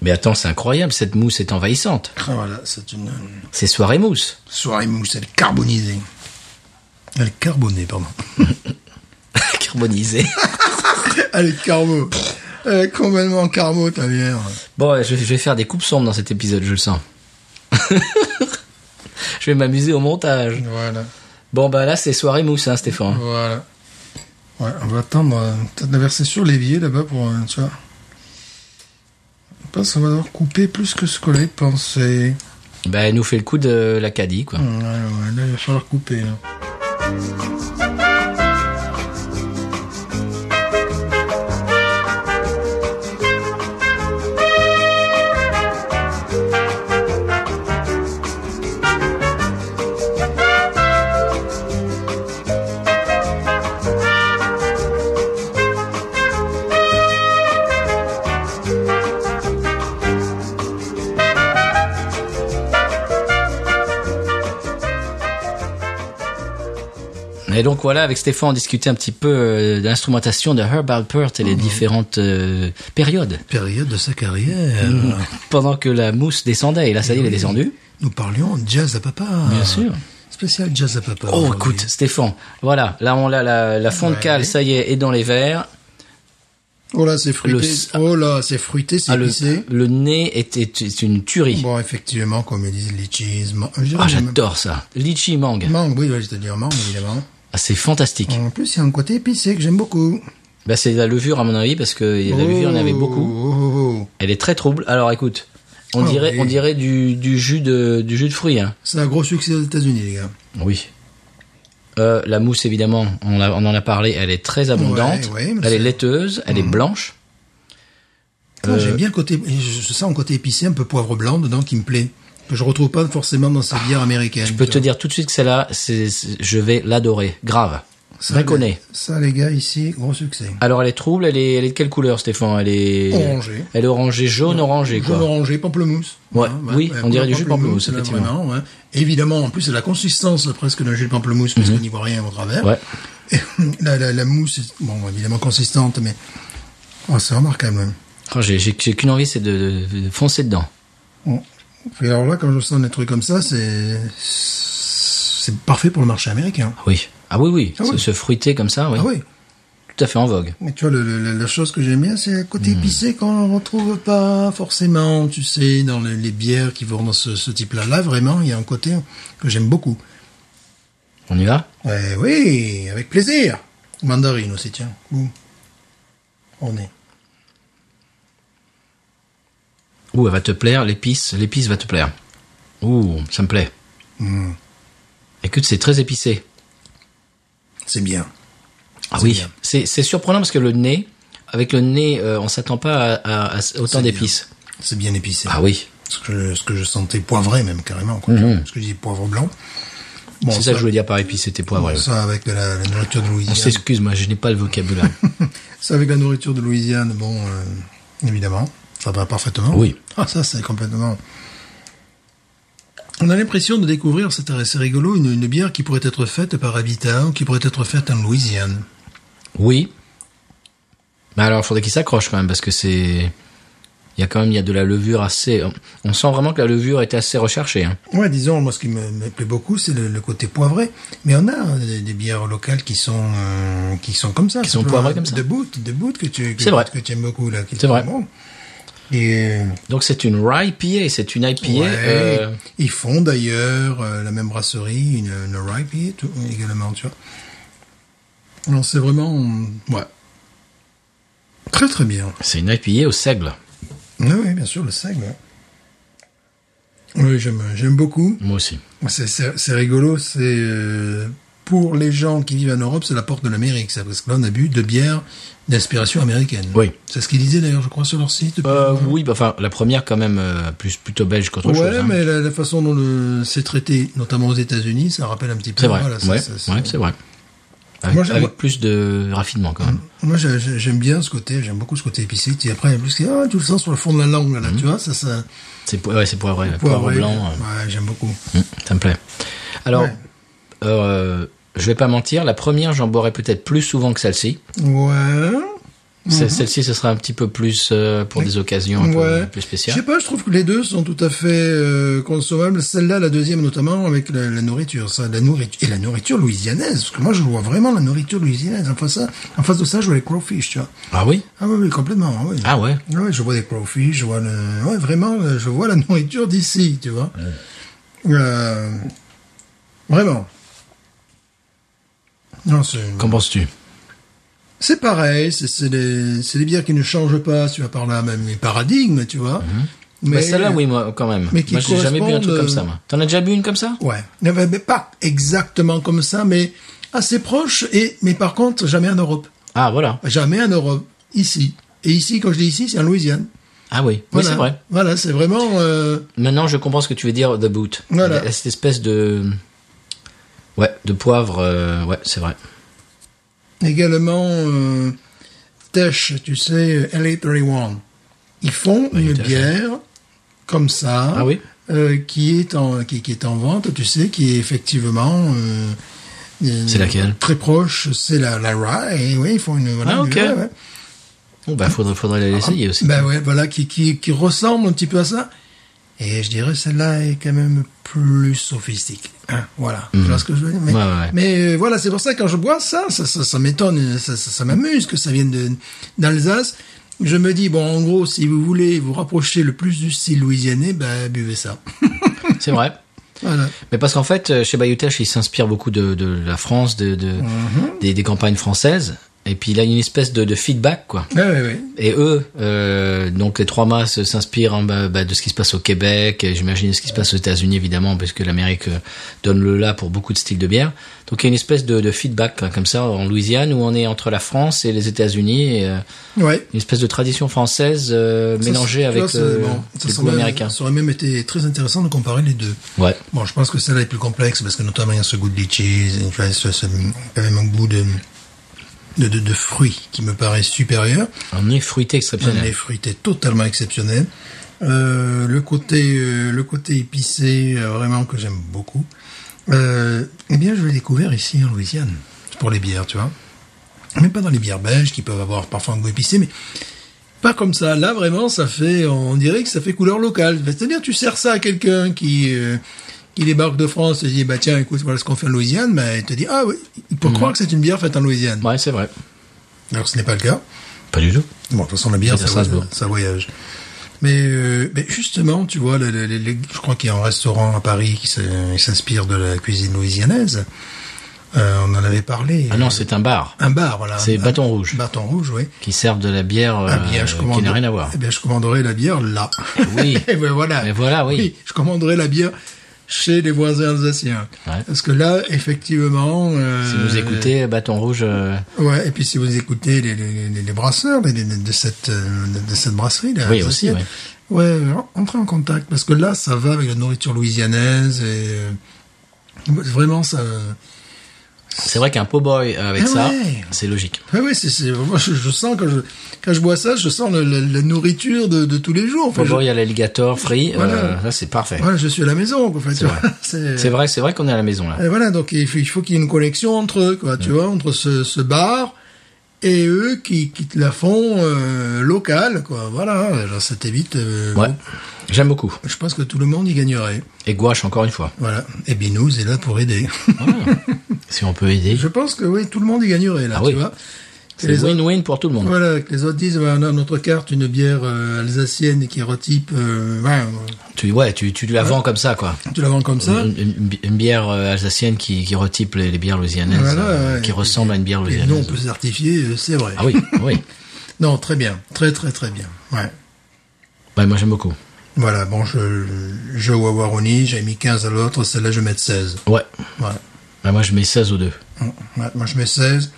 Speaker 1: Mais attends, c'est incroyable, cette mousse est envahissante.
Speaker 2: Ah, voilà, c'est une euh,
Speaker 1: C'est soirée mousse. (laughs)
Speaker 2: soirée mousse. Elle est carbonisée. Elle est carbonée, pardon. (laughs)
Speaker 1: Carbonisée.
Speaker 2: Elle est carbo. Elle est complètement carbo, ta bière.
Speaker 1: bon, ouais, je, je vais faire des coupes sombres dans cet épisode, je le sens. (laughs) je vais m'amuser au montage.
Speaker 2: Voilà.
Speaker 1: Bon, bah là, c'est soirée mousse, hein, Stéphane.
Speaker 2: Voilà. Ouais, on va attendre. euh, Peut-être la verser sur l'évier là-bas pour. euh, tu vois. Je pense qu'on va devoir couper plus que ce qu'on avait pensé.
Speaker 1: Bah, elle nous fait le coup de l'Acadie, quoi.
Speaker 2: Ouais, ouais, là, il va falloir couper. Là.
Speaker 1: Et donc voilà, avec Stéphane, on discutait un petit peu euh, de l'instrumentation de Herb Alpert et les différentes euh, périodes
Speaker 2: Période de sa carrière.
Speaker 1: pendant que la mousse descendait. Et là, ça y est, elle est descendue.
Speaker 2: Nous parlions de jazz à papa.
Speaker 1: Bien sûr.
Speaker 2: Spécial jazz à papa.
Speaker 1: Oh,
Speaker 2: aujourd'hui.
Speaker 1: écoute, Stéphane, voilà, là, on l'a, la, la fond de cale, ça y est, est dans les verres.
Speaker 2: Oh là, c'est fruité.
Speaker 1: Le-
Speaker 2: Oh là, c'est fruité, c'est
Speaker 1: Ah, le,
Speaker 2: épicé.
Speaker 1: le nez est, est- est une tuerie.
Speaker 2: Bon, effectivement, comme ils disent, litchis, man- je dirais
Speaker 1: Ah,
Speaker 2: même-
Speaker 1: j'adore ça. Litchi mangue.
Speaker 2: Mangue, oui, je te dire mangue, évidemment.
Speaker 1: Ah, c'est fantastique.
Speaker 2: En plus, il y a un côté épicé que j'aime beaucoup.
Speaker 1: Bah, c'est la levure, à mon avis, parce que la levure, il y en avait beaucoup.
Speaker 2: Oh, oh, oh.
Speaker 1: Elle est très trouble. Alors écoute, on
Speaker 2: Ah
Speaker 1: dirait,
Speaker 2: oui.
Speaker 1: on dirait du, du jus de du jus de fruits. Hein.
Speaker 2: C'est un gros succès aux États-Unis, les gars.
Speaker 1: Oui. Euh, la mousse évidemment, on, l'a- on en a parlé. Elle est très abondante.
Speaker 2: Ouais, ouais, mais
Speaker 1: elle est
Speaker 2: c'est- Mhm.
Speaker 1: laiteuse. Elle est blanche. Euh,
Speaker 2: Moi, J'aime bien le côté, je je sens un côté épicé, un peu poivre blanc dedans qui me plaît. Que je retrouve pas forcément dans ces bières américaines.
Speaker 1: Ah, Je peux te dire tout de suite que celle-là, c'est- c'est- je vais l'adorer. Grave.
Speaker 2: ça,
Speaker 1: Reconnaît.
Speaker 2: les, ça, les gars, ici, gros succès.
Speaker 1: Alors elle est trouble. Elle est, elle est de quelle couleur, Stéphane Elle est
Speaker 2: Orangée.
Speaker 1: Elle est orangée, jaune orangée quoi.
Speaker 2: Jaune orangé, pamplemousse. Hein,
Speaker 1: Ouais, oui, on dirait du jus de pamplemousse,
Speaker 2: là,
Speaker 1: effectivement.
Speaker 2: vraiment, ouais. Évidemment, en plus, c'est la consistance presque d'un jus de pamplemousse, parce qu'on n'y voit rien au travers.
Speaker 1: Mhm. Ouais.
Speaker 2: Et (coughs) la, la, la mousse est, bon, évidemment consistante, mais oh, c'est remarquable. hein.
Speaker 1: Oh, j'ai j'ai- j'ai qu'une envie, c'est de, de- de foncer dedans.
Speaker 2: Bon. Et alors là, quand je sens des trucs comme ça, c'est c'est parfait pour le marché américain.
Speaker 1: Oui. Ah oui oui.
Speaker 2: Ah oui.
Speaker 1: Se, se fruiter comme ça, oui.
Speaker 2: Ah oui,
Speaker 1: Tout à fait en vogue.
Speaker 2: mais tu vois, le, le- le- la chose que j'aime bien, c'est le côté
Speaker 1: Hmm.
Speaker 2: épicé qu'on ne retrouve pas forcément, tu sais, dans les, les bières qui vont dans ce, ce type-là. Là, vraiment, il y a un côté que j'aime beaucoup.
Speaker 1: On y va
Speaker 2: Eh oui, avec plaisir. Mandarine aussi, tiens. Ouh. On est.
Speaker 1: Ouh, elle va te plaire, l'épice, l'épice va te plaire. Ouh, ça me plaît. Hmm. Écoute, c'est très épicé.
Speaker 2: C'est bien.
Speaker 1: Ah
Speaker 2: C'est
Speaker 1: oui,
Speaker 2: bien.
Speaker 1: c'est c'est surprenant parce que le nez, avec le nez, euh, on s'attend pas à, à- à autant
Speaker 2: C'est bien.
Speaker 1: d'épices.
Speaker 2: C'est bien épicé.
Speaker 1: Ah oui,
Speaker 2: ce que, ce que je sentais poivré même carrément quoi. ce que je dis poivre blanc bon,
Speaker 1: Mhm. c'est ça que je voulais dire par épice, c'était poivre. ouais.
Speaker 2: ça avec de la, la nourriture de
Speaker 1: On
Speaker 2: Louisiane
Speaker 1: s'excuse, moi je n'ai pas le (laughs) vocabulaire.
Speaker 2: ça avec la nourriture de Louisiane bon euh, évidemment ça va parfaitement
Speaker 1: Oui.
Speaker 2: ah ça c'est complètement on a l'impression de découvrir c'est assez rigolo une, une bière qui pourrait être faite par Habitat ou qui pourrait être faite en Louisiane
Speaker 1: oui. Mais alors, il faudrait qu'il s'accroche quand même parce que c'est. Il y a quand même il y a de la levure assez. On sent vraiment que la levure était assez recherchée. hein.
Speaker 2: Ouais, disons, moi, ce qui me, me plaît beaucoup, c'est le, le côté poivré. Mais on a hein, des, des bières locales qui sont euh, qui sont comme ça,
Speaker 1: Qui sont
Speaker 2: simplement,
Speaker 1: poivrées comme ça.
Speaker 2: De boot, de boot que tu que,
Speaker 1: C'est vrai.
Speaker 2: que tu aimes beaucoup là. qui
Speaker 1: C'est vrai.
Speaker 2: sont bons. Et euh,
Speaker 1: Donc c'est une rye IPA, c'est une IPA.
Speaker 2: ouais,
Speaker 1: euh,
Speaker 2: ils font d'ailleurs euh, la même brasserie, une, une rye beer, tout- également, tu vois. Alors c'est vraiment ouais très très bien.
Speaker 1: C'est une IPA au seigle.
Speaker 2: Oui, oui, bien sûr, le seigle. hein. Oui, j'aime j'aime beaucoup.
Speaker 1: Moi aussi.
Speaker 2: C'est- C'est c'est rigolo, c'est euh, pour les gens qui vivent en Europe, c'est la porte de l'Amérique, ça, parce que là on a bu de bière d'inspiration américaine.
Speaker 1: Oui.
Speaker 2: C'est ce qu'ils disaient d'ailleurs, je crois, sur leur site.
Speaker 1: Euh, oui, bah, enfin, la première quand même, euh, plus plutôt belge qu'autre
Speaker 2: ouais,
Speaker 1: chose. hein.
Speaker 2: mais la, la façon dont le- c'est traité, notamment aux États-Unis, ça rappelle un petit peu.
Speaker 1: C'est vrai.
Speaker 2: voilà, ça-
Speaker 1: ouais,
Speaker 2: ça- ça-
Speaker 1: ouais, c'est vrai. Avec,
Speaker 2: Moi, j'aime-
Speaker 1: avec plus de raffinement quand même.
Speaker 2: Moi, j'ai- j'ai- j'aime bien ce côté, j'aime beaucoup ce côté épicé. Et après, en plus, c'est, ah, tu le sens sur le fond de la langue, là, tu vois, ça, ça.
Speaker 1: C'est po- ouais, c'est poivré, Mhm. poivre
Speaker 2: poivré.
Speaker 1: blanc. euh,
Speaker 2: Ouais, j'aime beaucoup.
Speaker 1: hum, ça me plaît. Alors,
Speaker 2: Ouais.
Speaker 1: euh, je vais pas mentir, la première, j'en boirais peut-être plus souvent que celle-ci.
Speaker 2: Ouais.
Speaker 1: C'est- Celle-ci, ce sera un petit peu plus euh, pour des occasions un peu,
Speaker 2: Mhm. Ouais.
Speaker 1: un peu
Speaker 2: Je sais
Speaker 1: spéciales.
Speaker 2: pas, je trouve que les deux sont tout à fait euh, consommables. Celle-là, la deuxième notamment, avec la, la nourriture, ça, la nourriture et la nourriture louisianaise. Parce que moi, je vois vraiment la nourriture louisianaise. En face, ça, en face de ça, je vois les crawfish, tu vois.
Speaker 1: Ah oui
Speaker 2: Ah oui, oui, complètement. Ah oui.
Speaker 1: Ah ouais
Speaker 2: Ouais, je vois des crawfish, je vois le... ouais, vraiment, euh, je vois la nourriture d'ici, tu vois. Euh, vraiment. Non, c'est
Speaker 1: Qu'en penses-tu
Speaker 2: c'est pareil. C'est c'est des c'est des bières qui ne changent pas. Tu vas par là même les paradigmes, tu vois.
Speaker 1: Bah, Celle-là, oui, moi, quand même.
Speaker 2: mais qui
Speaker 1: moi, j'ai jamais bu un truc
Speaker 2: correspondent, euh,
Speaker 1: comme ça. moi. T'en as déjà bu une comme ça
Speaker 2: Ouais, mais, mais- mais pas exactement comme ça, mais assez proche. Et mais par contre, jamais en Europe,
Speaker 1: Ah voilà.
Speaker 2: jamais en Europe, ici. Et ici, quand je dis ici, c'est en Louisiane.
Speaker 1: Ah oui.
Speaker 2: Voilà.
Speaker 1: Oui, c'est vrai.
Speaker 2: Voilà, c'est vraiment. euh,
Speaker 1: Maintenant, je comprends ce que tu veux dire de boot.
Speaker 2: Voilà.
Speaker 1: Il y a Cette espèce de ouais, de poivre. euh, Ouais, c'est vrai.
Speaker 2: également euh, Tesh, tu sais, euh, LA31. Ils font une
Speaker 1: tout à fait.
Speaker 2: bière comme ça,
Speaker 1: Ah oui
Speaker 2: euh, qui est en qui, qui est en vente, tu sais, qui est effectivement euh,
Speaker 1: C'est laquelle
Speaker 2: Très proche, c'est la, la Rye. Oui, ils font une. voilà,
Speaker 1: Ah, ok.
Speaker 2: du Rye, ouais.
Speaker 1: Bon, bah, faudrait, faudrait l'essayer aussi.
Speaker 2: Ben ouais, voilà, qui, qui, qui ressemble un petit peu à ça. Et je dirais celle-là est quand même plus sophistiquée. hein, voilà. Tu vois ce que je veux dire Mais,
Speaker 1: Mhm. Ouais, ouais, ouais.
Speaker 2: mais, euh, voilà, c'est pour ça que quand je bois ça, ça, ça, ça m'étonne, ça, ça, ça m'amuse que ça vienne de- d'Alsace. Je me dis, bon, en gros, si vous voulez vous rapprocher le plus du style louisianais, ben buvez ça.
Speaker 1: C'est vrai.
Speaker 2: voilà.
Speaker 1: Mais parce qu'en fait, euh, chez Bayutech, il s'inspire beaucoup de, de la France, de, de- des, des campagnes françaises. Et puis, il a une espèce de, de feedback, quoi.
Speaker 2: Ouais, Ben ouais, ouais.
Speaker 1: Et eux, euh, donc les trois masses s'inspirent hein, bah, bah, de ce qui se passe au Québec, et j'imagine de ce qui se passe aux États-Unis évidemment, parce que l'Amérique euh, donne le là pour beaucoup de styles de bière. Donc il y a une espèce de, de feedback hein, comme ça en Louisiane où on est entre la France et les États-Unis, et, euh,
Speaker 2: Ouais.
Speaker 1: une espèce de tradition française euh,
Speaker 2: Ça,
Speaker 1: mélangée
Speaker 2: tu
Speaker 1: avec
Speaker 2: vois, ça,
Speaker 1: euh,
Speaker 2: bon, ça
Speaker 1: le
Speaker 2: serait-
Speaker 1: goût américain.
Speaker 2: Ça aurait même été très intéressant de comparer les deux.
Speaker 1: Ouais.
Speaker 2: Bon, je pense que celle-là est plus complexe parce que notamment il y a ce goût de litchi, tu vois, ce- ce- quand même un goût de, de, de, de fruits qui me paraît supérieur.
Speaker 1: Un nez fruité exceptionnel.
Speaker 2: Un lait fruité totalement exceptionnel. Euh, le côté euh, le côté épicé euh, vraiment que j'aime beaucoup. Euh, eh bien, je l'ai découvert ici en Louisiane pour les bières, tu vois. Même pas dans les bières belges qui peuvent avoir parfois un goût épicé, mais pas comme ça. Là, vraiment, ça fait, on dirait que ça fait couleur locale. C'est-à-dire, tu sers ça à quelqu'un qui, euh, qui débarque de France et dit, bah tiens, écoute, voilà ce qu'on fait en Louisiane, mais il te dit, ah oui, il peut croire que c'est une bière faite en Louisiane.
Speaker 1: Ouais, c'est vrai.
Speaker 2: Alors, que ce n'est pas le cas.
Speaker 1: Pas du tout.
Speaker 2: Bon, de toute façon, la bière,
Speaker 1: Et à
Speaker 2: ça, voyage,
Speaker 1: Strasbourg.
Speaker 2: ça voyage. Mais, euh, mais justement, tu vois, le- le- le- le- je crois qu'il y a un restaurant à Paris qui se- qui s'inspire de la cuisine louisianaise. Euh, on en avait parlé.
Speaker 1: Ah non, c'est un bar
Speaker 2: un bar, voilà.
Speaker 1: c'est
Speaker 2: Un-
Speaker 1: Bâton Rouge.
Speaker 2: Bâton rouge, oui.
Speaker 1: qui servent de la bière euh,
Speaker 2: Ah bien, je
Speaker 1: qui n'a rien à voir.
Speaker 2: Eh bien, je commanderai la bière là.
Speaker 1: (laughs)
Speaker 2: (laughs)
Speaker 1: Oui.
Speaker 2: Eh ben, voilà.
Speaker 1: Mais voilà, oui.
Speaker 2: Je commanderai la bière chez les voisins alsaciens.
Speaker 1: Ouais.
Speaker 2: Parce que là, effectivement... euh,
Speaker 1: Si vous écoutez Bâton Rouge, euh,
Speaker 2: Ouais, et puis si vous écoutez les, les, les- les brasseurs les- les- de cette euh, de cette brasserie là,
Speaker 1: Oui, aussi,
Speaker 2: associée, ouais, entrez en contact parce que là, ça va avec la nourriture louisianaise et euh, vraiment ça.
Speaker 1: c'est vrai qu'un po' boy avec
Speaker 2: Ah
Speaker 1: ça,
Speaker 2: ouais.
Speaker 1: c'est logique.
Speaker 2: Ouais, ouais, c'est c'est moi, je, je sens quand je quand je bois ça, je sens le- le- la nourriture de, de tous les jours. Enfin,
Speaker 1: Po'
Speaker 2: je,
Speaker 1: boy à l'alligator frit,
Speaker 2: Voilà.
Speaker 1: euh, ça c'est parfait.
Speaker 2: voilà, je suis à la maison. Quoi, en fait, tu
Speaker 1: vrai.
Speaker 2: vois, (laughs) c'est-
Speaker 1: C'est vrai, c'est vrai Mm. qu'on est à la maison là.
Speaker 2: Et voilà, donc il faut, il faut qu'il y ait une connexion entre eux, quoi, tu vois, entre ce, ce bar et eux qui, qui te la font euh, locale, quoi. Voilà, alors ça t'évite. euh,
Speaker 1: Ouais,
Speaker 2: bon,
Speaker 1: j'aime beaucoup.
Speaker 2: je pense que tout le monde y gagnerait.
Speaker 1: Et gouache encore une fois.
Speaker 2: Voilà. Et Binous est là pour aider.
Speaker 1: Si on peut aider,
Speaker 2: je pense que oui, tout le monde y gagnerait, là,
Speaker 1: Ah
Speaker 2: tu
Speaker 1: oui.
Speaker 2: vois. Que
Speaker 1: c'est
Speaker 2: les autres,
Speaker 1: win-win pour tout le monde.
Speaker 2: voilà, que les autres disent, voilà, on a à notre carte une bière euh, alsacienne qui retype, euh, ouais,
Speaker 1: Tu, ouais, tu, tu la vends comme ça quoi.
Speaker 2: tu la vends comme ça.
Speaker 1: Une, une bi- une bière euh, alsacienne qui, qui retype les, les bières louisianaises,
Speaker 2: Voilà,
Speaker 1: euh,
Speaker 2: ouais.
Speaker 1: qui ressemble à une bière
Speaker 2: Et non, on
Speaker 1: louisianaise.
Speaker 2: peut certifier, euh, c'est vrai.
Speaker 1: Ah oui,
Speaker 2: (laughs)
Speaker 1: oui.
Speaker 2: Non, très bien. Très, très, très bien. Ouais.
Speaker 1: Ouais, Bah, moi j'aime beaucoup.
Speaker 2: Voilà, bon, je, je Wawaroni, j'ai mis 15 à l'autre, celle-là, je vais mettre 16.
Speaker 1: Ouais.
Speaker 2: Ouais.
Speaker 1: Bah, moi je mets 16 ou 2.
Speaker 2: Ouais, moi, je mets 16.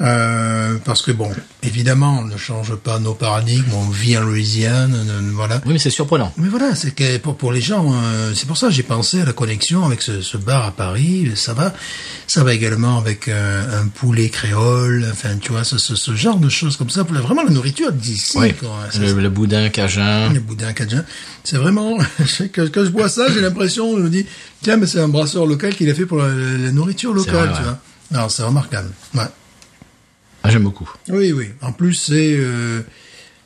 Speaker 2: Euh, parce que bon, évidemment, on ne change pas nos paradigmes, on vit en Louisiane, euh, voilà.
Speaker 1: Oui, mais c'est surprenant.
Speaker 2: Mais voilà, c'est que pour, pour les gens, euh, c'est pour ça que j'ai pensé à la connexion avec ce, ce bar à Paris, ça va. Ça va également avec euh, un poulet créole, enfin, tu vois, ce, ce, ce genre de choses comme ça, pour la- vraiment la nourriture d'ici.
Speaker 1: Oui.
Speaker 2: quoi. Ça,
Speaker 1: Le, le boudin
Speaker 2: (clears throat)
Speaker 1: cajun.
Speaker 2: le boudin cajun. C'est vraiment, (laughs) quand, quand je bois ça, j'ai l'impression, je me dis, tiens, mais c'est un brasseur local qui l'a fait pour la, la nourriture
Speaker 1: C'est
Speaker 2: locale,
Speaker 1: vrai,
Speaker 2: tu
Speaker 1: ouais.
Speaker 2: vois. Non, c'est remarquable. Ouais.
Speaker 1: Ah, j'aime beaucoup.
Speaker 2: Oui, oui. En plus, c'est, euh,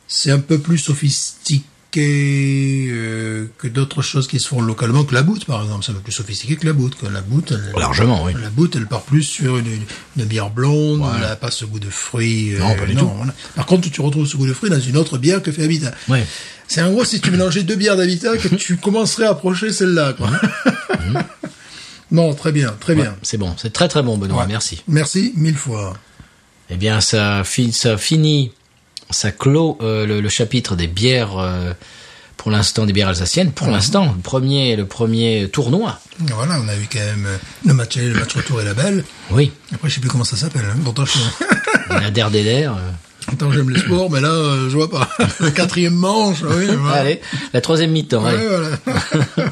Speaker 2: c'est un peu plus sophistiqué. euh, que d'autres choses qui se font localement que la boute par exemple c'est un peu plus sophistiqué que la boute que la boute elle-
Speaker 1: Largement, oui.
Speaker 2: la boute elle part plus sur une, une bière blonde elle n'a pas ce goût de fruits euh,
Speaker 1: Non, pas du tout.
Speaker 2: voilà. par contre tu retrouves ce goût de fruits dans une autre bière que fait Habitat
Speaker 1: Ouais.
Speaker 2: c'est en gros si tu mélangeais deux bières d'habitat que
Speaker 1: (laughs)
Speaker 2: tu commencerais à approcher celle-là. Quoi.
Speaker 1: Mhm.
Speaker 2: (laughs) non, très bien, très bien.
Speaker 1: C'est bon, c'est très très bon, Benoît,
Speaker 2: Ouais.
Speaker 1: merci.
Speaker 2: Merci mille fois.
Speaker 1: Eh bien, ça, fi- ça finit, ça clôt euh, le, le chapitre des bières, euh, pour l'instant, des bières alsaciennes. Pour l'instant, le premier, le premier tournoi.
Speaker 2: Voilà, on a eu quand même euh, le match aller, le match retour et la belle.
Speaker 1: Oui,
Speaker 2: Après, je sais plus comment ça s'appelle. Hein. Pourtant, je... (laughs)
Speaker 1: la der des der, euh.
Speaker 2: Pourtant, j'aime les sports, mais là, euh, je vois pas. (laughs) Quatrième manche, oui. voilà.
Speaker 1: Allez, la troisième mi-temps.
Speaker 2: Ouais,
Speaker 1: allez.
Speaker 2: voilà.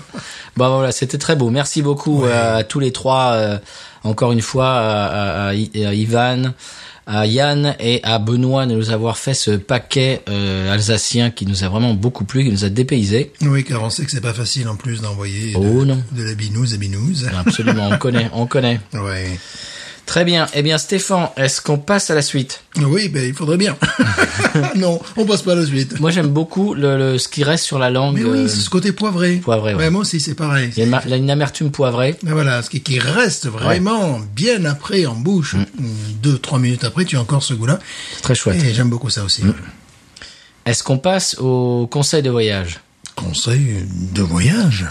Speaker 1: Bon voilà, c'était très beau. Merci beaucoup euh, à tous les trois. euh, encore une fois à, à- à I- à Ivan, à Yann et à Benoît de nous avoir fait ce paquet euh, alsacien qui nous a vraiment beaucoup plu, qui nous a dépaysé.
Speaker 2: Oui, car on sait que c'est pas facile en plus d'envoyer de,
Speaker 1: Oh non. Ah.
Speaker 2: de la binouse à binouse.
Speaker 1: Absolument, on connaît, on connaît.
Speaker 2: Ouais.
Speaker 1: Très bien. Eh bien, Stéphane, est-ce qu'on passe à la suite
Speaker 2: Oui, ben il
Speaker 1: (laughs)
Speaker 2: faudrait bien. non, on passe pas à la suite.
Speaker 1: Moi, j'aime beaucoup le, le- ce qui reste sur la langue.
Speaker 2: Mais
Speaker 1: euh,
Speaker 2: oui, c'est ce côté poivré.
Speaker 1: poivré, ouais.
Speaker 2: moi aussi, c'est pareil.
Speaker 1: Il y a une, mar- il y a une amertume poivrée.
Speaker 2: Ah, voilà, ce qui, qui reste vraiment bien après en bouche.
Speaker 1: Mm.
Speaker 2: Deux, trois minutes après, tu as encore ce goût-là.
Speaker 1: C'est très chouette.
Speaker 2: Et j'aime beaucoup ça aussi.
Speaker 1: Mm. Est-ce qu'on passe au conseil de voyage
Speaker 2: Conseil de voyage.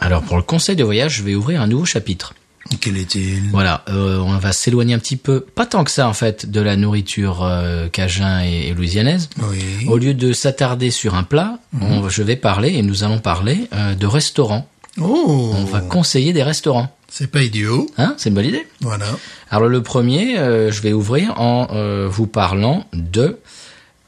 Speaker 1: Alors, pour le conseil de voyage, je vais ouvrir un nouveau chapitre.
Speaker 2: Quel est-il
Speaker 1: Voilà, euh, on va s'éloigner un petit peu, pas tant que ça en fait, de la nourriture euh, cajun et, et louisianaise.
Speaker 2: Oui. Mhm.
Speaker 1: Au lieu de s'attarder sur un plat, on- je vais parler, et nous allons parler, euh, de restaurants.
Speaker 2: Oh,
Speaker 1: On va conseiller des restaurants.
Speaker 2: c'est pas idiot.
Speaker 1: Hein C'est une bonne idée.
Speaker 2: Voilà.
Speaker 1: Alors le premier, euh, je vais ouvrir en euh, vous parlant de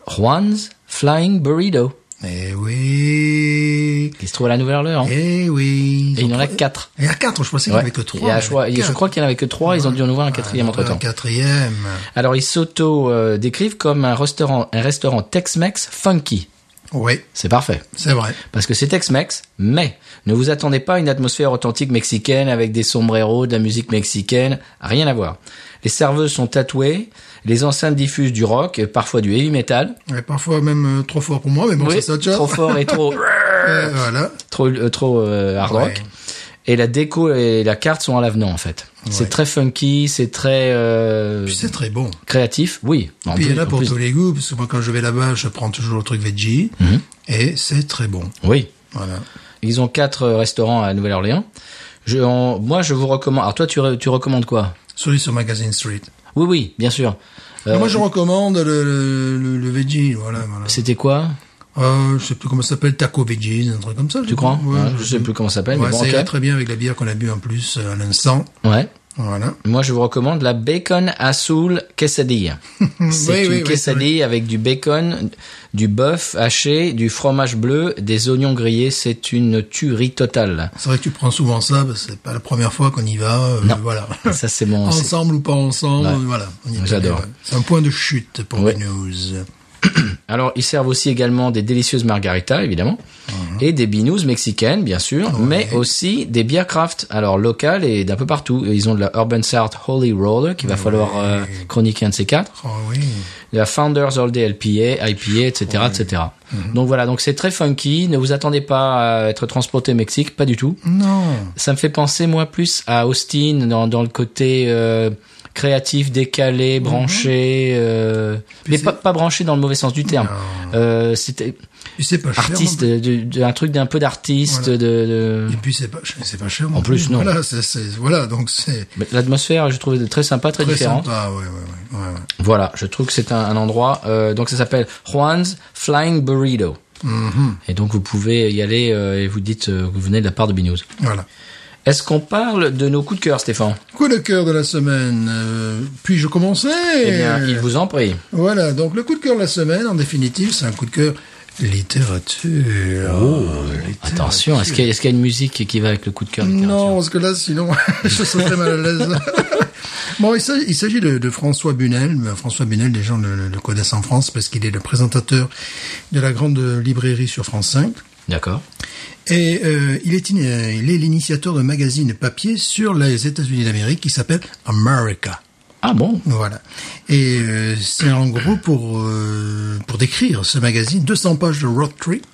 Speaker 1: Juan's Flying Burrito,
Speaker 2: Eh oui.
Speaker 1: qui se trouve à la Nouvelle-Orléans. Oh. Et,
Speaker 2: Eh oui.
Speaker 1: il y en a
Speaker 2: trois-
Speaker 1: quatre.
Speaker 2: Il y en a quatre, je pensais qu'il y
Speaker 1: Ouais.
Speaker 2: avait que trois.
Speaker 1: Il y a
Speaker 2: mais
Speaker 1: choix-
Speaker 2: il y en a
Speaker 1: je
Speaker 2: quatre.
Speaker 1: crois qu'il n'y en avait que trois, ils ont dû en ouvrir un quatrième
Speaker 2: Ah,
Speaker 1: entre-temps.
Speaker 2: Un quatrième.
Speaker 1: Alors ils s'auto-décrivent comme un restaurant, un restaurant Tex-Mex funky.
Speaker 2: Oui,
Speaker 1: C'est parfait.
Speaker 2: c'est vrai.
Speaker 1: Parce que c'est Tex-Mex, mais ne vous attendez pas à une atmosphère authentique mexicaine avec des sombreros, de la musique mexicaine, rien à voir. Les serveuses sont tatouées, les enceintes diffusent du rock, et parfois du heavy metal.
Speaker 2: Et parfois même euh, trop fort pour moi, mais bon,
Speaker 1: Oui,
Speaker 2: c'est ça, tu vois.
Speaker 1: trop fort et
Speaker 2: (laughs)
Speaker 1: trop
Speaker 2: Euh, voilà.
Speaker 1: trop euh, trop euh, hard rock.
Speaker 2: Ouais.
Speaker 1: Et la déco et la carte sont à l'avenant en fait.
Speaker 2: Ouais.
Speaker 1: C'est très funky, c'est très euh,
Speaker 2: Puis c'est très bon.
Speaker 1: créatif. Oui. En
Speaker 2: Puis il y en a
Speaker 1: en
Speaker 2: pour tous les goûts, parce que moi, quand je vais là-bas, je prends toujours le truc veggie.
Speaker 1: Mhm.
Speaker 2: Et c'est très bon.
Speaker 1: Oui.
Speaker 2: Voilà.
Speaker 1: Ils ont quatre euh, restaurants à Nouvelle-Orléans. Je, en- moi, je vous recommande. Alors toi, tu, re- tu recommandes quoi
Speaker 2: Celui sur Magazine Street.
Speaker 1: Oui, oui, bien sûr. Euh,
Speaker 2: Moi, je recommande le, le, le- le veggie, voilà. voilà.
Speaker 1: C'était quoi
Speaker 2: Euh, je sais plus comment ça s'appelle, taco veggies, un truc comme ça.
Speaker 1: Tu crois Ouais, Je sais plus comment ça s'appelle, mais
Speaker 2: Ouais,
Speaker 1: bon,
Speaker 2: ça ira
Speaker 1: ok.
Speaker 2: très bien avec la bière qu'on a bu en plus euh, à l'instant.
Speaker 1: Ouais.
Speaker 2: Voilà.
Speaker 1: Moi, je vous recommande la bacon azul
Speaker 2: (laughs)
Speaker 1: quesadilla. C'est
Speaker 2: Oui,
Speaker 1: une
Speaker 2: oui, oui,
Speaker 1: quesadilla avec du bacon, du bœuf haché, du fromage bleu, des oignons grillés. C'est une tuerie totale.
Speaker 2: (laughs) C'est vrai que tu prends souvent ça, parce que c'est pas la première fois qu'on y va. euh,
Speaker 1: Non. (laughs)
Speaker 2: Voilà.
Speaker 1: Ça, c'est mon. c'est-
Speaker 2: ensemble ou pas ensemble,
Speaker 1: Ouais.
Speaker 2: voilà. on y est
Speaker 1: J'adore.
Speaker 2: allé, ouais. C'est un point de chute pour
Speaker 1: Ouais.
Speaker 2: les news.
Speaker 1: Alors, ils servent aussi également des délicieuses margaritas, évidemment,
Speaker 2: Uh-huh.
Speaker 1: et des binous mexicaines, bien sûr, mais aussi des bières craft, alors locales et d'un peu partout. Ils ont de la Urban South Holy Roller, qu'il va falloir euh, chroniquer un de ces quatre.
Speaker 2: Oh oui.
Speaker 1: la Founders All Day LPA, IPA, etc., etc.
Speaker 2: Mhm.
Speaker 1: Donc voilà, donc c'est très funky. Ne vous attendez pas à être transporté au Mexique, pas du tout.
Speaker 2: Non.
Speaker 1: Ça me fait penser moi plus à Austin dans, dans le côté euh, créatif, décalé, branché, euh, mais
Speaker 2: Mhm. c'est-
Speaker 1: pas, pas branché dans le mauvais sens du terme. Euh, C'était
Speaker 2: Et c'est pas cher.
Speaker 1: artiste,
Speaker 2: non
Speaker 1: de- de- un truc d'un peu d'artiste,
Speaker 2: Voilà.
Speaker 1: de, de-
Speaker 2: plus. Et puis c'est pas, ch- c'est pas cher. En
Speaker 1: plus, non.
Speaker 2: Voilà, c'est, c'est- voilà donc c'est
Speaker 1: Mais L'atmosphère, je trouve très sympa, très,
Speaker 2: très
Speaker 1: différente.
Speaker 2: sympa. Ouais, ouais, ouais, ouais, ouais.
Speaker 1: Voilà, je trouve que c'est un, un endroit. euh, donc ça s'appelle Juan's Flying Burrito.
Speaker 2: Mm-hmm.
Speaker 1: Et donc vous pouvez y aller euh, et vous dites euh, que vous venez de la part de Binous.
Speaker 2: Voilà.
Speaker 1: Est-ce qu'on parle de nos coups de cœur, Stéphane
Speaker 2: Coup de cœur de la semaine. euh, puis-je commencer
Speaker 1: Eh bien, il vous en prie.
Speaker 2: Voilà, donc le coup de cœur de la semaine, en définitive, c'est un coup de cœur littérature. Oh,
Speaker 1: Attention, est-ce qu'il y, a- est-ce qu'il y a une musique qui va avec le coup de cœur
Speaker 2: Non,
Speaker 1: littérature
Speaker 2: parce que là, sinon, (laughs) je serais très mal à l'aise. bon, il s'agit, il s'agit de, de François Bunel. Ben, François Bunel, les gens le, le- le connaissent en France parce qu'il est le présentateur de la grande librairie sur France 5.
Speaker 1: D'accord.
Speaker 2: Et euh, il est in- euh, il est l'initiateur de magazine papier sur les États-Unis d'Amérique qui s'appelle America.
Speaker 1: Ah bon
Speaker 2: Voilà. Et euh, c'est en gros pour euh, pour décrire ce magazine 200 pages de road trip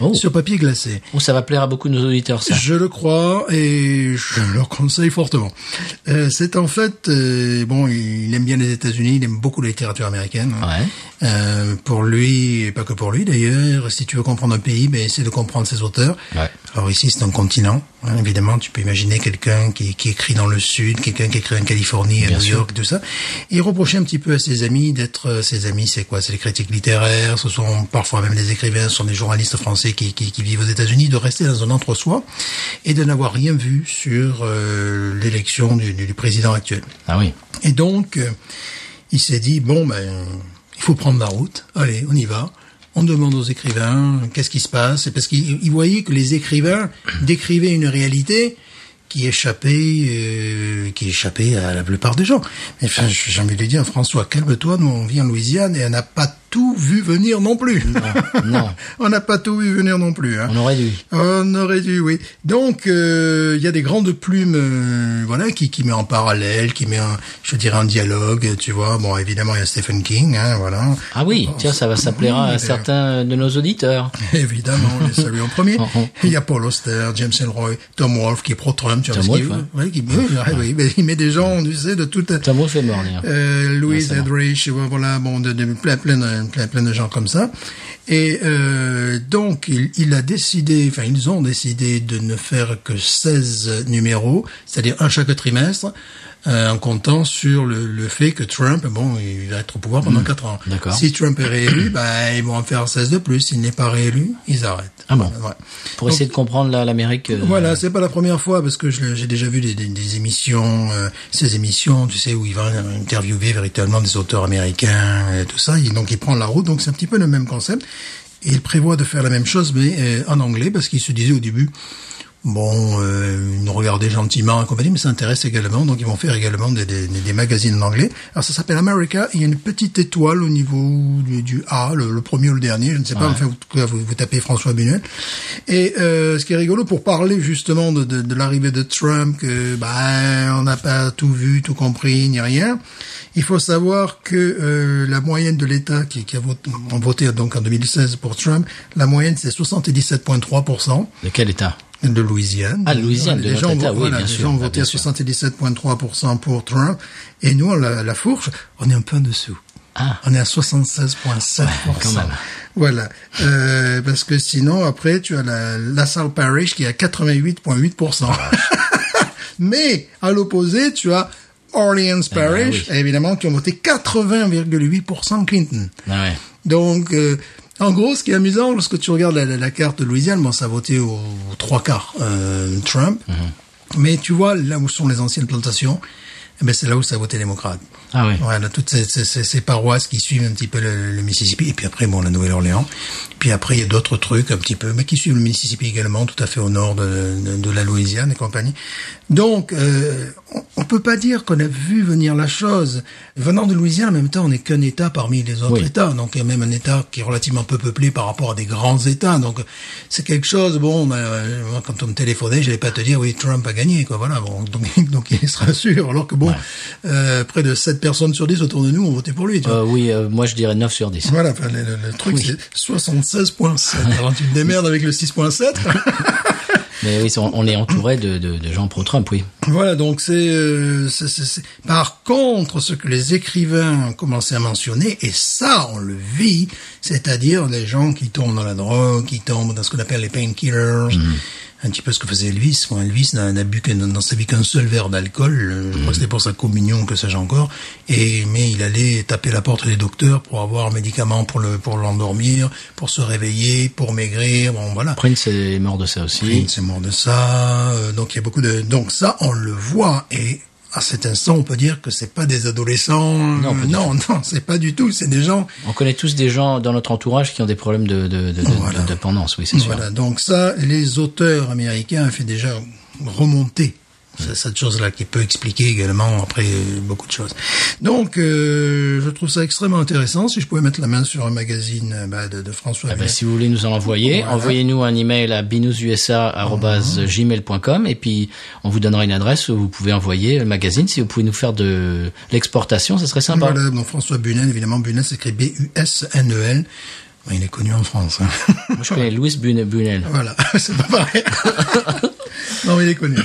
Speaker 1: Oh.
Speaker 2: sur papier glacé.
Speaker 1: Oh, Ça va plaire à beaucoup de nos auditeurs,
Speaker 2: (laughs)
Speaker 1: ça.
Speaker 2: Je le crois et je le conseille fortement. Euh, c'est en fait euh, bon, il aime bien les États-Unis, il aime beaucoup la littérature américaine. hein.
Speaker 1: Ouais.
Speaker 2: Euh, pour lui et pas que pour lui d'ailleurs, si tu veux comprendre un pays, ben essaie de comprendre ses auteurs.
Speaker 1: Ouais.
Speaker 2: Alors ici c'est un continent. hein. évidemment, tu peux imaginer quelqu'un qui, qui écrit dans le sud, quelqu'un qui écrit en Californie, à New
Speaker 1: sûr.
Speaker 2: York, tout ça. Et il reprochait un petit peu à ses amis d'être euh, ses amis, c'est quoi C'est les critiques littéraires, ce sont parfois même des écrivains, ce sont des journalistes français qui, qui, qui vivent aux États-Unis, de rester dans un entre-soi et de n'avoir rien vu sur euh, l'élection du, du- du président actuel.
Speaker 1: Ah oui.
Speaker 2: Et donc, euh, il s'est dit bon ben, il faut prendre la route. Allez, on y va. on demande aux écrivains qu'est-ce qui se passe, et parce qu'ils ils voyaient que les écrivains décrivaient une réalité qui échappait, euh, qui échappait à la plupart des gens. Mais enfin, j'ai envie de lui dire, François, calme-toi, nous on vit en Louisiane et on n'a pas tout vu venir non plus.
Speaker 1: non.
Speaker 2: (laughs) on n'a pas tout vu venir non plus. hein.
Speaker 1: On aurait dû.
Speaker 2: On aurait dû, oui. Donc, euh, il y a des grandes plumes, euh, voilà, qui, qui met en parallèle, qui met, un, je dirais, un dialogue, tu vois. Bon, évidemment, il y a Stephen King, hein, voilà.
Speaker 1: Ah oui,
Speaker 2: Bon,
Speaker 1: tiens, ça va, ça plaira
Speaker 2: oui,
Speaker 1: à certains de nos auditeurs.
Speaker 2: (laughs) Évidemment, on les salue en premier.
Speaker 1: Oh, oh.
Speaker 2: Il y a Paul Auster, James Ellroy, Tom Wolfe, qui est pro-Trump, tu vois.
Speaker 1: Tom
Speaker 2: parce qu'il-
Speaker 1: Wolfe, hein.
Speaker 2: ouais, qui- oui, ouais, oui, mais il met des gens, tu sais, de toute...
Speaker 1: Ça me fait mort, d'ailleurs.
Speaker 2: Euh, Louise
Speaker 1: Ouais, ça va.
Speaker 2: Edrich, ouais, voilà, bon, de, de- plein, plein, de, plein, plein de gens comme ça. Et euh, donc, il, il a décidé, enfin, ils ont décidé de ne faire que 16 numéros, c'est-à-dire un chaque trimestre, euh, en comptant sur le, le fait que Trump, bon, il va être au pouvoir pendant quatre 4 ans.
Speaker 1: Hmm. D'accord.
Speaker 2: Si Trump est réélu, bah, ils vont en faire 16 de plus. S'il n'est pas réélu, ils arrêtent.
Speaker 1: Ah bon.
Speaker 2: Voilà.
Speaker 1: Pour essayer de comprendre la- l'Amérique. euh,
Speaker 2: Voilà, c'est pas la première fois parce que je- j'ai déjà vu des, des- des émissions, euh, ces émissions, tu sais, où il va interviewer véritablement des auteurs américains et tout ça. Il- donc il prend la route, donc c'est un petit peu le même concept. Et il prévoit de faire la même chose, mais euh, en anglais, parce qu'il se disait au début, bon, euh, ils nous regardaient gentiment et compagnie, mais ça intéresse également, donc ils vont faire également des, des- des- des magazines en anglais. Alors ça s'appelle America, il y a une petite étoile au niveau du, du A, le, le premier ou le dernier, je ne sais pas, enfin, vous, vous, vous tapez François Bunuel. Et euh, ce qui est rigolo, pour parler justement de, de, de l'arrivée de Trump, que bah, on n'a pas tout vu, tout compris, ni rien, il faut savoir que euh, la moyenne de l'État qui, qui a voté, ont voté donc en 2016 pour Trump, la moyenne c'est 77,3%
Speaker 1: De quel état
Speaker 2: de Louisiane.
Speaker 1: Ah, de Louisiane, de
Speaker 2: les gens,
Speaker 1: notre État,
Speaker 2: vont-
Speaker 1: oui,
Speaker 2: voilà,
Speaker 1: bien
Speaker 2: les
Speaker 1: sûr,
Speaker 2: gens ont
Speaker 1: ah, bien
Speaker 2: voté à
Speaker 1: sûr.
Speaker 2: 77,3% pour Trump. Et nous, la, la fourche, on est un peu en dessous.
Speaker 1: Ah.
Speaker 2: On est à 76,7%.
Speaker 1: quand même.
Speaker 2: Voilà. Euh, parce que sinon, après, tu as la, la Salle Parish qui est à 88,8%. (laughs) Mais, à l'opposé, tu as Orleans
Speaker 1: Eh ben
Speaker 2: Parish, évidemment, qui ont voté 80,8% Clinton.
Speaker 1: Ah ouais.
Speaker 2: Donc, euh, en gros, ce qui est amusant, lorsque tu regardes la, la- la carte de Louisiane, bon, ça a voté aux trois quarts euh, Trump.
Speaker 1: Mhm.
Speaker 2: Mais tu vois, là où sont les anciennes plantations, eh ben, c'est là où ça a voté démocrate.
Speaker 1: Ah oui.
Speaker 2: Voilà, toutes ces, ces- ces- ces paroisses qui suivent un petit peu le, le Mississippi, et puis après, bon, la Nouvelle-Orléans. Puis après, il y a d'autres trucs un petit peu, mais qui suivent le Mississippi également, tout à fait au nord de, de- de la Louisiane et compagnie. Donc, euh, on, on peut pas dire qu'on a vu venir la chose. Venant de Louisiane, en même temps, on n'est qu'un État parmi les autres
Speaker 1: Oui.
Speaker 2: États. Donc, il y a même un État qui est relativement peu peuplé par rapport à des grands États. Donc, c'est quelque chose, bon, ben, euh, moi, quand on me téléphonait, j'allais pas te dire, oui, Trump a gagné, quoi, voilà. Bon, donc, (laughs) donc il se rassure. Alors que bon, euh, près de 7 personnes sur 10 autour de nous ont voté pour lui, tu vois.
Speaker 1: Euh, oui, euh, moi je dirais 9 sur 10.
Speaker 2: Voilà, enfin, le, le- le truc, c'est
Speaker 1: (laughs)
Speaker 2: 76.7. Alors, tu te démerdes avec le 6.7.
Speaker 1: Mais oui, on, on est entouré de, de, de gens pro-Trump, oui.
Speaker 2: Voilà, donc c'est, euh, c'est- c'est- c'est- Par contre, ce que les écrivains ont commencé à mentionner, et ça, on le vit, c'est-à-dire les gens qui tombent dans la drogue, qui tombent dans ce qu'on appelle les painkillers, un petit peu ce que faisait Elvis. Quand Elvis n'a n'a bu que, dans sa vie qu'un seul verre d'alcool, euh, je crois que c'était pour sa communion que sais-je encore, et mais il allait taper la porte des docteurs pour avoir un médicament pour le pour l'endormir, pour se réveiller, pour maigrir, bon voilà.
Speaker 1: Prince est mort de ça aussi.
Speaker 2: Prince c'est mort de ça. euh, donc il y a beaucoup de donc ça on le voit et à cet instant on peut dire que c'est pas des adolescents.
Speaker 1: Non,
Speaker 2: euh,
Speaker 1: pas du
Speaker 2: non, non, c'est pas du tout. C'est des gens.
Speaker 1: On connaît tous des gens dans notre entourage qui ont des problèmes de, de, de, de-
Speaker 2: Voilà.
Speaker 1: de dépendance, oui, c'est sûr.
Speaker 2: Voilà. Donc ça, les auteurs américains ont fait déjà remonter c- cette chose-là qui peut expliquer également après euh, beaucoup de choses. Donc euh, je trouve ça extrêmement intéressant. Si je pouvais mettre la main sur un magazine euh, bah, de, de François.
Speaker 1: Ah ben,
Speaker 2: Villard.
Speaker 1: si vous voulez nous en envoyer,
Speaker 2: Voilà.
Speaker 1: envoyez-nous un email à binoususa@gmail.com et puis on vous donnera une adresse où vous pouvez envoyer le magazine. Si vous pouvez nous faire de l'exportation, ça serait sympa.
Speaker 2: Voilà, donc François Bunel, évidemment, Bunel s'écrit B-U-S-N-E-L. Ben, Il est connu en France. hein. (laughs)
Speaker 1: Moi, je connais Louis Bune- Bunel.
Speaker 2: Voilà, (laughs) c'est pas pareil. non, mais il est connu.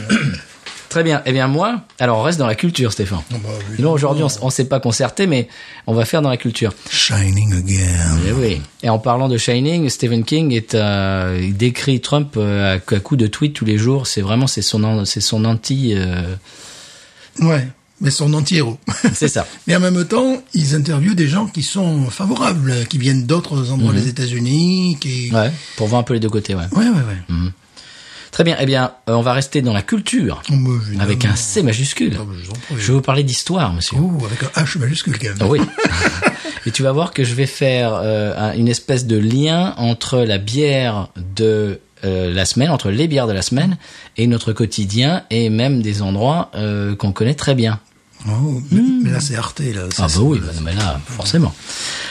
Speaker 1: Très bien. Eh bien moi, alors on reste dans la culture, Stéphane.
Speaker 2: bah oui.
Speaker 1: Sinon, aujourd'hui, on s- on ne s'est pas concerté, mais on va faire dans la culture.
Speaker 2: Shining Again.
Speaker 1: Eh oui. Et en parlant de Shining, Stephen King est euh, il décrit Trump euh, à, à coup de tweets tous les jours. C'est vraiment c'est son an- c'est son anti. euh,
Speaker 2: Ouais, mais son anti-héros.
Speaker 1: (laughs) c'est ça.
Speaker 2: Mais en même temps, ils interviewent des gens qui sont favorables, qui viennent d'autres endroits des États-Unis, qui...
Speaker 1: Mhm. Ouais. Mhm. Pour voir un peu les deux côtés. Ouais.
Speaker 2: ouais, ouais. ouais.
Speaker 1: Très bien. Eh bien, euh, on va rester dans la culture
Speaker 2: Oh, bah, évidemment.
Speaker 1: avec un C majuscule.
Speaker 2: Ah, bah, je vous en prie.
Speaker 1: Je vais vous parler d'histoire, monsieur.
Speaker 2: Oh, avec un H majuscule quand même.
Speaker 1: Ah oui. (laughs) Et tu vas voir que je vais faire euh, un- une espèce de lien entre la bière de euh, la semaine, entre les bières de la semaine et notre quotidien et même des endroits euh, qu'on connaît très bien.
Speaker 2: Oh, mais, mais là, c'est Arte, là.
Speaker 1: Mhm. Ah
Speaker 2: Ça,
Speaker 1: bah oui,
Speaker 2: c'est-
Speaker 1: bah non, mais là, forcément.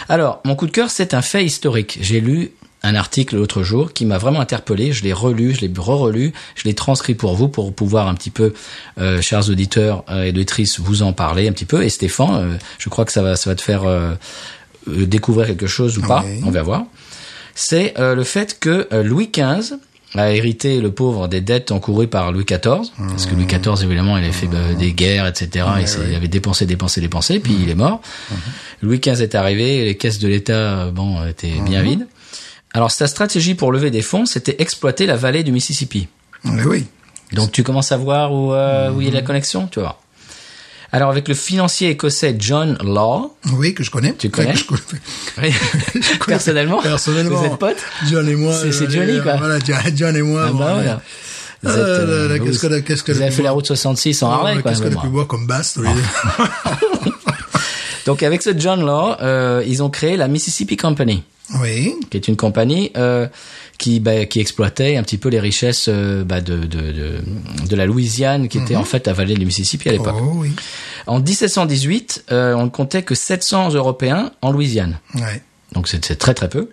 Speaker 1: Alors, mon coup de cœur, c'est un fait historique. J'ai lu un article l'autre jour qui m'a vraiment interpellé. Je l'ai relu, je l'ai re-relu, je l'ai transcrit pour vous, pour pouvoir un petit peu, euh, chers auditeurs euh, et auditrices, vous en parler un petit peu. Et Stéphane, euh, je crois que ça va, ça va te faire euh, euh, découvrir quelque chose ou pas.
Speaker 2: Ah Ouais.
Speaker 1: On va voir. C'est euh, le fait que euh, Louis XV a hérité le pauvre des dettes encourues par Louis XIV, parce que Louis XIV évidemment il a fait bah, des guerres, etc. et c'est- il avait dépensé, dépensé, dépensé, puis il est mort. Louis XV est arrivé, et les caisses de l'État, euh, bon, étaient bien vides. Alors sa stratégie pour lever des fonds, c'était exploiter la vallée du Mississippi.
Speaker 2: Mais Ah, oui.
Speaker 1: Donc tu commences à voir où, euh, où il y a la connexion, tu vois. Alors avec le financier écossais John Law,
Speaker 2: Oui, que je connais.
Speaker 1: Tu connais
Speaker 2: Que je connais.
Speaker 1: (laughs) personnellement,
Speaker 2: Personnellement.
Speaker 1: vous êtes potes
Speaker 2: John et moi.
Speaker 1: C'est- c'est
Speaker 2: euh,
Speaker 1: Johnny, quoi.
Speaker 2: Voilà, John John et moi.
Speaker 1: Ah
Speaker 2: bon,
Speaker 1: bah
Speaker 2: on est-
Speaker 1: voilà. Vous
Speaker 2: Ah
Speaker 1: êtes,
Speaker 2: là là
Speaker 1: euh,
Speaker 2: là,
Speaker 1: vous-
Speaker 2: qu'est-ce que la- qu'est-ce que
Speaker 1: vous
Speaker 2: la- Ah,
Speaker 1: avez fait la route 66 en Harley, quand
Speaker 2: Qu'est-ce qu'on
Speaker 1: même.
Speaker 2: a pu boire comme basse tous les deux
Speaker 1: Ah. Donc avec ce John Law, euh, ils ont créé la Mississippi Company,
Speaker 2: Oui.
Speaker 1: qui est une compagnie euh, qui bah, qui exploitait un petit peu les richesses euh, bah, de, de de de la Louisiane, qui était en fait la vallée du Mississippi à l'époque.
Speaker 2: Mhm. Oh oui.
Speaker 1: En 1718, euh, on ne comptait que 700 Européens en Louisiane,
Speaker 2: Ouais.
Speaker 1: donc c'est c'est très très peu.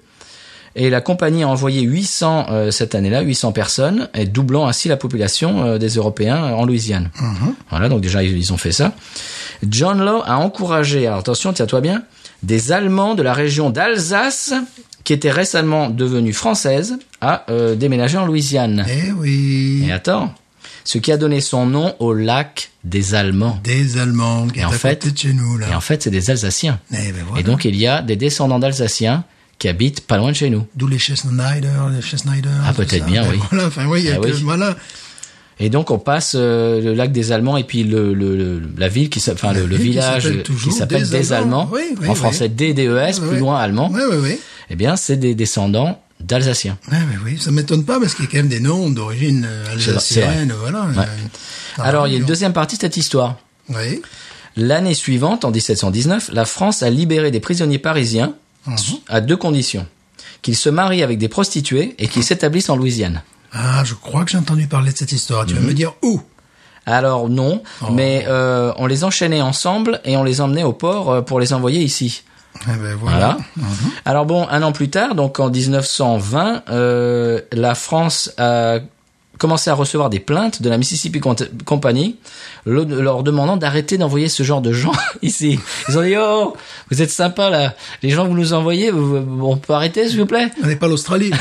Speaker 1: Et la compagnie a envoyé 800 euh, cette année-là, 800 personnes, et doublant ainsi la population euh, des Européens en Louisiane.
Speaker 2: Mhm.
Speaker 1: Voilà, donc déjà ils, ils ont fait ça. John Law a encouragé, alors attention, tiens-toi bien, des Allemands de la région d'Alsace qui étaient récemment devenues françaises à euh, déménager en Louisiane.
Speaker 2: Eh oui.
Speaker 1: Et attends, ce qui a donné son nom au lac des Allemands.
Speaker 2: Des Allemands qui
Speaker 1: Et en
Speaker 2: étaient à
Speaker 1: fait-
Speaker 2: côté de chez nous,
Speaker 1: Et
Speaker 2: là.
Speaker 1: en fait, c'est des Alsaciens.
Speaker 2: Eh ben
Speaker 1: Et
Speaker 2: voilà.
Speaker 1: donc il y a des descendants d'Alsaciens qui habitent pas loin de chez nous.
Speaker 2: D'où les Chesnider, les Chesnider.
Speaker 1: Ah, peut-être bien, oui.
Speaker 2: Voilà, enfin, oui, il y a
Speaker 1: Ah oui.
Speaker 2: que- voilà.
Speaker 1: Et donc on passe euh, le lac des Allemands et puis le, le- le- la ville qui s'appelle, enfin le,
Speaker 2: La
Speaker 1: le
Speaker 2: ville qui
Speaker 1: village
Speaker 2: s'appelle
Speaker 1: qui
Speaker 2: toujours
Speaker 1: s'appelle
Speaker 2: des
Speaker 1: des Allemands,
Speaker 2: Allemands. Oui, oui,
Speaker 1: en
Speaker 2: oui.
Speaker 1: français DDES,
Speaker 2: Oui,
Speaker 1: plus
Speaker 2: oui.
Speaker 1: loin allemand.
Speaker 2: Oui, oui, oui.
Speaker 1: Eh bien, c'est des descendants d'Alsaciens.
Speaker 2: Ouais, mais oui, ça m'étonne pas parce qu'il y a quand même des noms d'origine euh,
Speaker 1: C'est vrai, c'est vrai.
Speaker 2: alsacienne, voilà. Euh, Ah,
Speaker 1: Alors il y a une deuxième partie de cette histoire.
Speaker 2: Oui.
Speaker 1: L'année suivante, en 1719, la France a libéré des prisonniers parisiens
Speaker 2: Mhm.
Speaker 1: à deux conditions qu'ils se marient avec des prostituées et qu'ils s'établissent en Louisiane.
Speaker 2: Ah, je crois que j'ai entendu parler de cette histoire. Tu
Speaker 1: Mhm.
Speaker 2: vas me dire où
Speaker 1: Alors non, mais euh, on les enchaînait ensemble et on les emmenait au port euh, pour les envoyer ici.
Speaker 2: Eh ben
Speaker 1: Voilà.
Speaker 2: voilà.
Speaker 1: Alors bon, un an plus tard, donc en 1920, euh, la France a commencé à recevoir des plaintes de la Mississippi Com- Company le- leur demandant d'arrêter d'envoyer ce genre de gens (laughs) ici. Ils ont dit, oh, vous êtes sympa là, les gens que vous nous envoyez, vous- vous- on peut arrêter s'il vous plaît
Speaker 2: On n'est
Speaker 1: (laughs)
Speaker 2: pas l'Australie.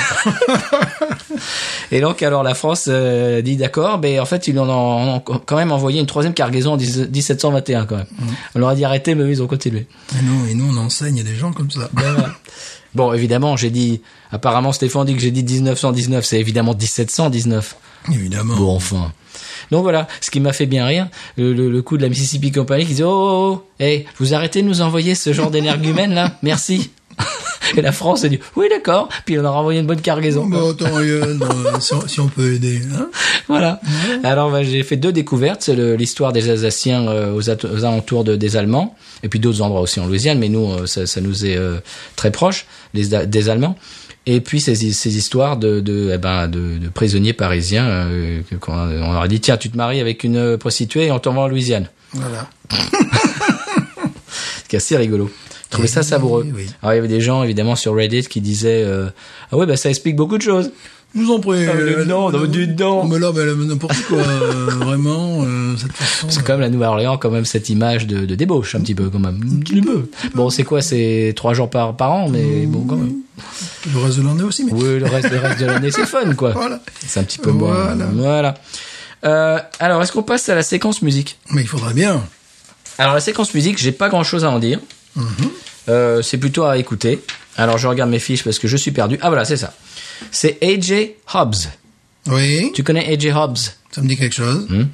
Speaker 1: Et donc alors la France euh, dit d'accord, mais en fait ils en ont, en ont quand même envoyé une troisième cargaison en 10- 1721 quand même. On leur a dit arrêtez, mais eux, ils ont continué.
Speaker 2: et, nous, et nous, on enseigne des gens comme ça.
Speaker 1: Ben Bon, évidemment, j'ai dit. Apparemment, Stéphane dit que j'ai dit 1919. C'est évidemment 1719.
Speaker 2: Évidemment.
Speaker 1: Bon, enfin. Donc voilà, ce qui m'a fait bien rire, le, le- le coup de la Mississippi Company qui disait Oh, oh, oh, hey, vous arrêtez de nous envoyer ce genre d'énergumène là Merci. (laughs) Et la France a dit Oui, d'accord. Puis on leur a envoyé une bonne cargaison.
Speaker 2: Bon, bah, autant, euh, non, si, on, si on peut aider. Hein
Speaker 1: Voilà. Alors, bah, j'ai fait deux découvertes. C'est le- l'histoire des Alsaciens euh, aux, at- aux alentours de- des Allemands, et puis d'autres endroits aussi en Louisiane, mais nous, euh, ça, ça nous est euh, très proche, les, A- des Allemands. Et puis ces, hi- ces histoires de, de, eh ben, de, de prisonniers parisiens, euh, que- qu'on on leur a dit, tiens, tu te maries avec une euh, prostituée et on t'envoie en Louisiane.
Speaker 2: voilà.
Speaker 1: Ce qui est assez rigolo. Je trouvais ça
Speaker 2: Oui,
Speaker 1: savoureux.
Speaker 2: oui.
Speaker 1: Alors, il y avait des gens, évidemment, sur Reddit qui disaient, euh, ah ouais, bah, ça explique beaucoup de choses.
Speaker 2: Je vous en prie.
Speaker 1: Ah, mais non, non, dis donc.
Speaker 2: Mais là, mais là, mais n'importe
Speaker 1: (laughs)
Speaker 2: quoi. euh, vraiment, euh, cette façon.
Speaker 1: C'est
Speaker 2: là.
Speaker 1: comme la Nouvelle-Orléans, quand même, cette image de, de débauche, un petit peu, quand même. Un petit peu. Bon, c'est quoi, c'est trois jours par, par an, mais bon, quand même.
Speaker 2: euh, Le reste de l'année aussi. Mais...
Speaker 1: Oui, le reste, le reste de l'année, c'est fun, quoi.
Speaker 2: Voilà.
Speaker 1: C'est un petit peu bon.
Speaker 2: Voilà.
Speaker 1: Voilà. Euh, alors, est-ce qu'on passe à la séquence musique
Speaker 2: Mais il faudrait bien.
Speaker 1: Alors, la séquence musique, j'ai pas grand-chose à en dire. Euh, c'est plutôt à écouter. Alors, je regarde mes fiches parce que je suis perdu. Ah, voilà, c'est ça. C'est AJ Hobbs.
Speaker 2: Oui.
Speaker 1: Tu connais AJ Hobbs
Speaker 2: Ça me dit quelque chose.
Speaker 1: Hmm.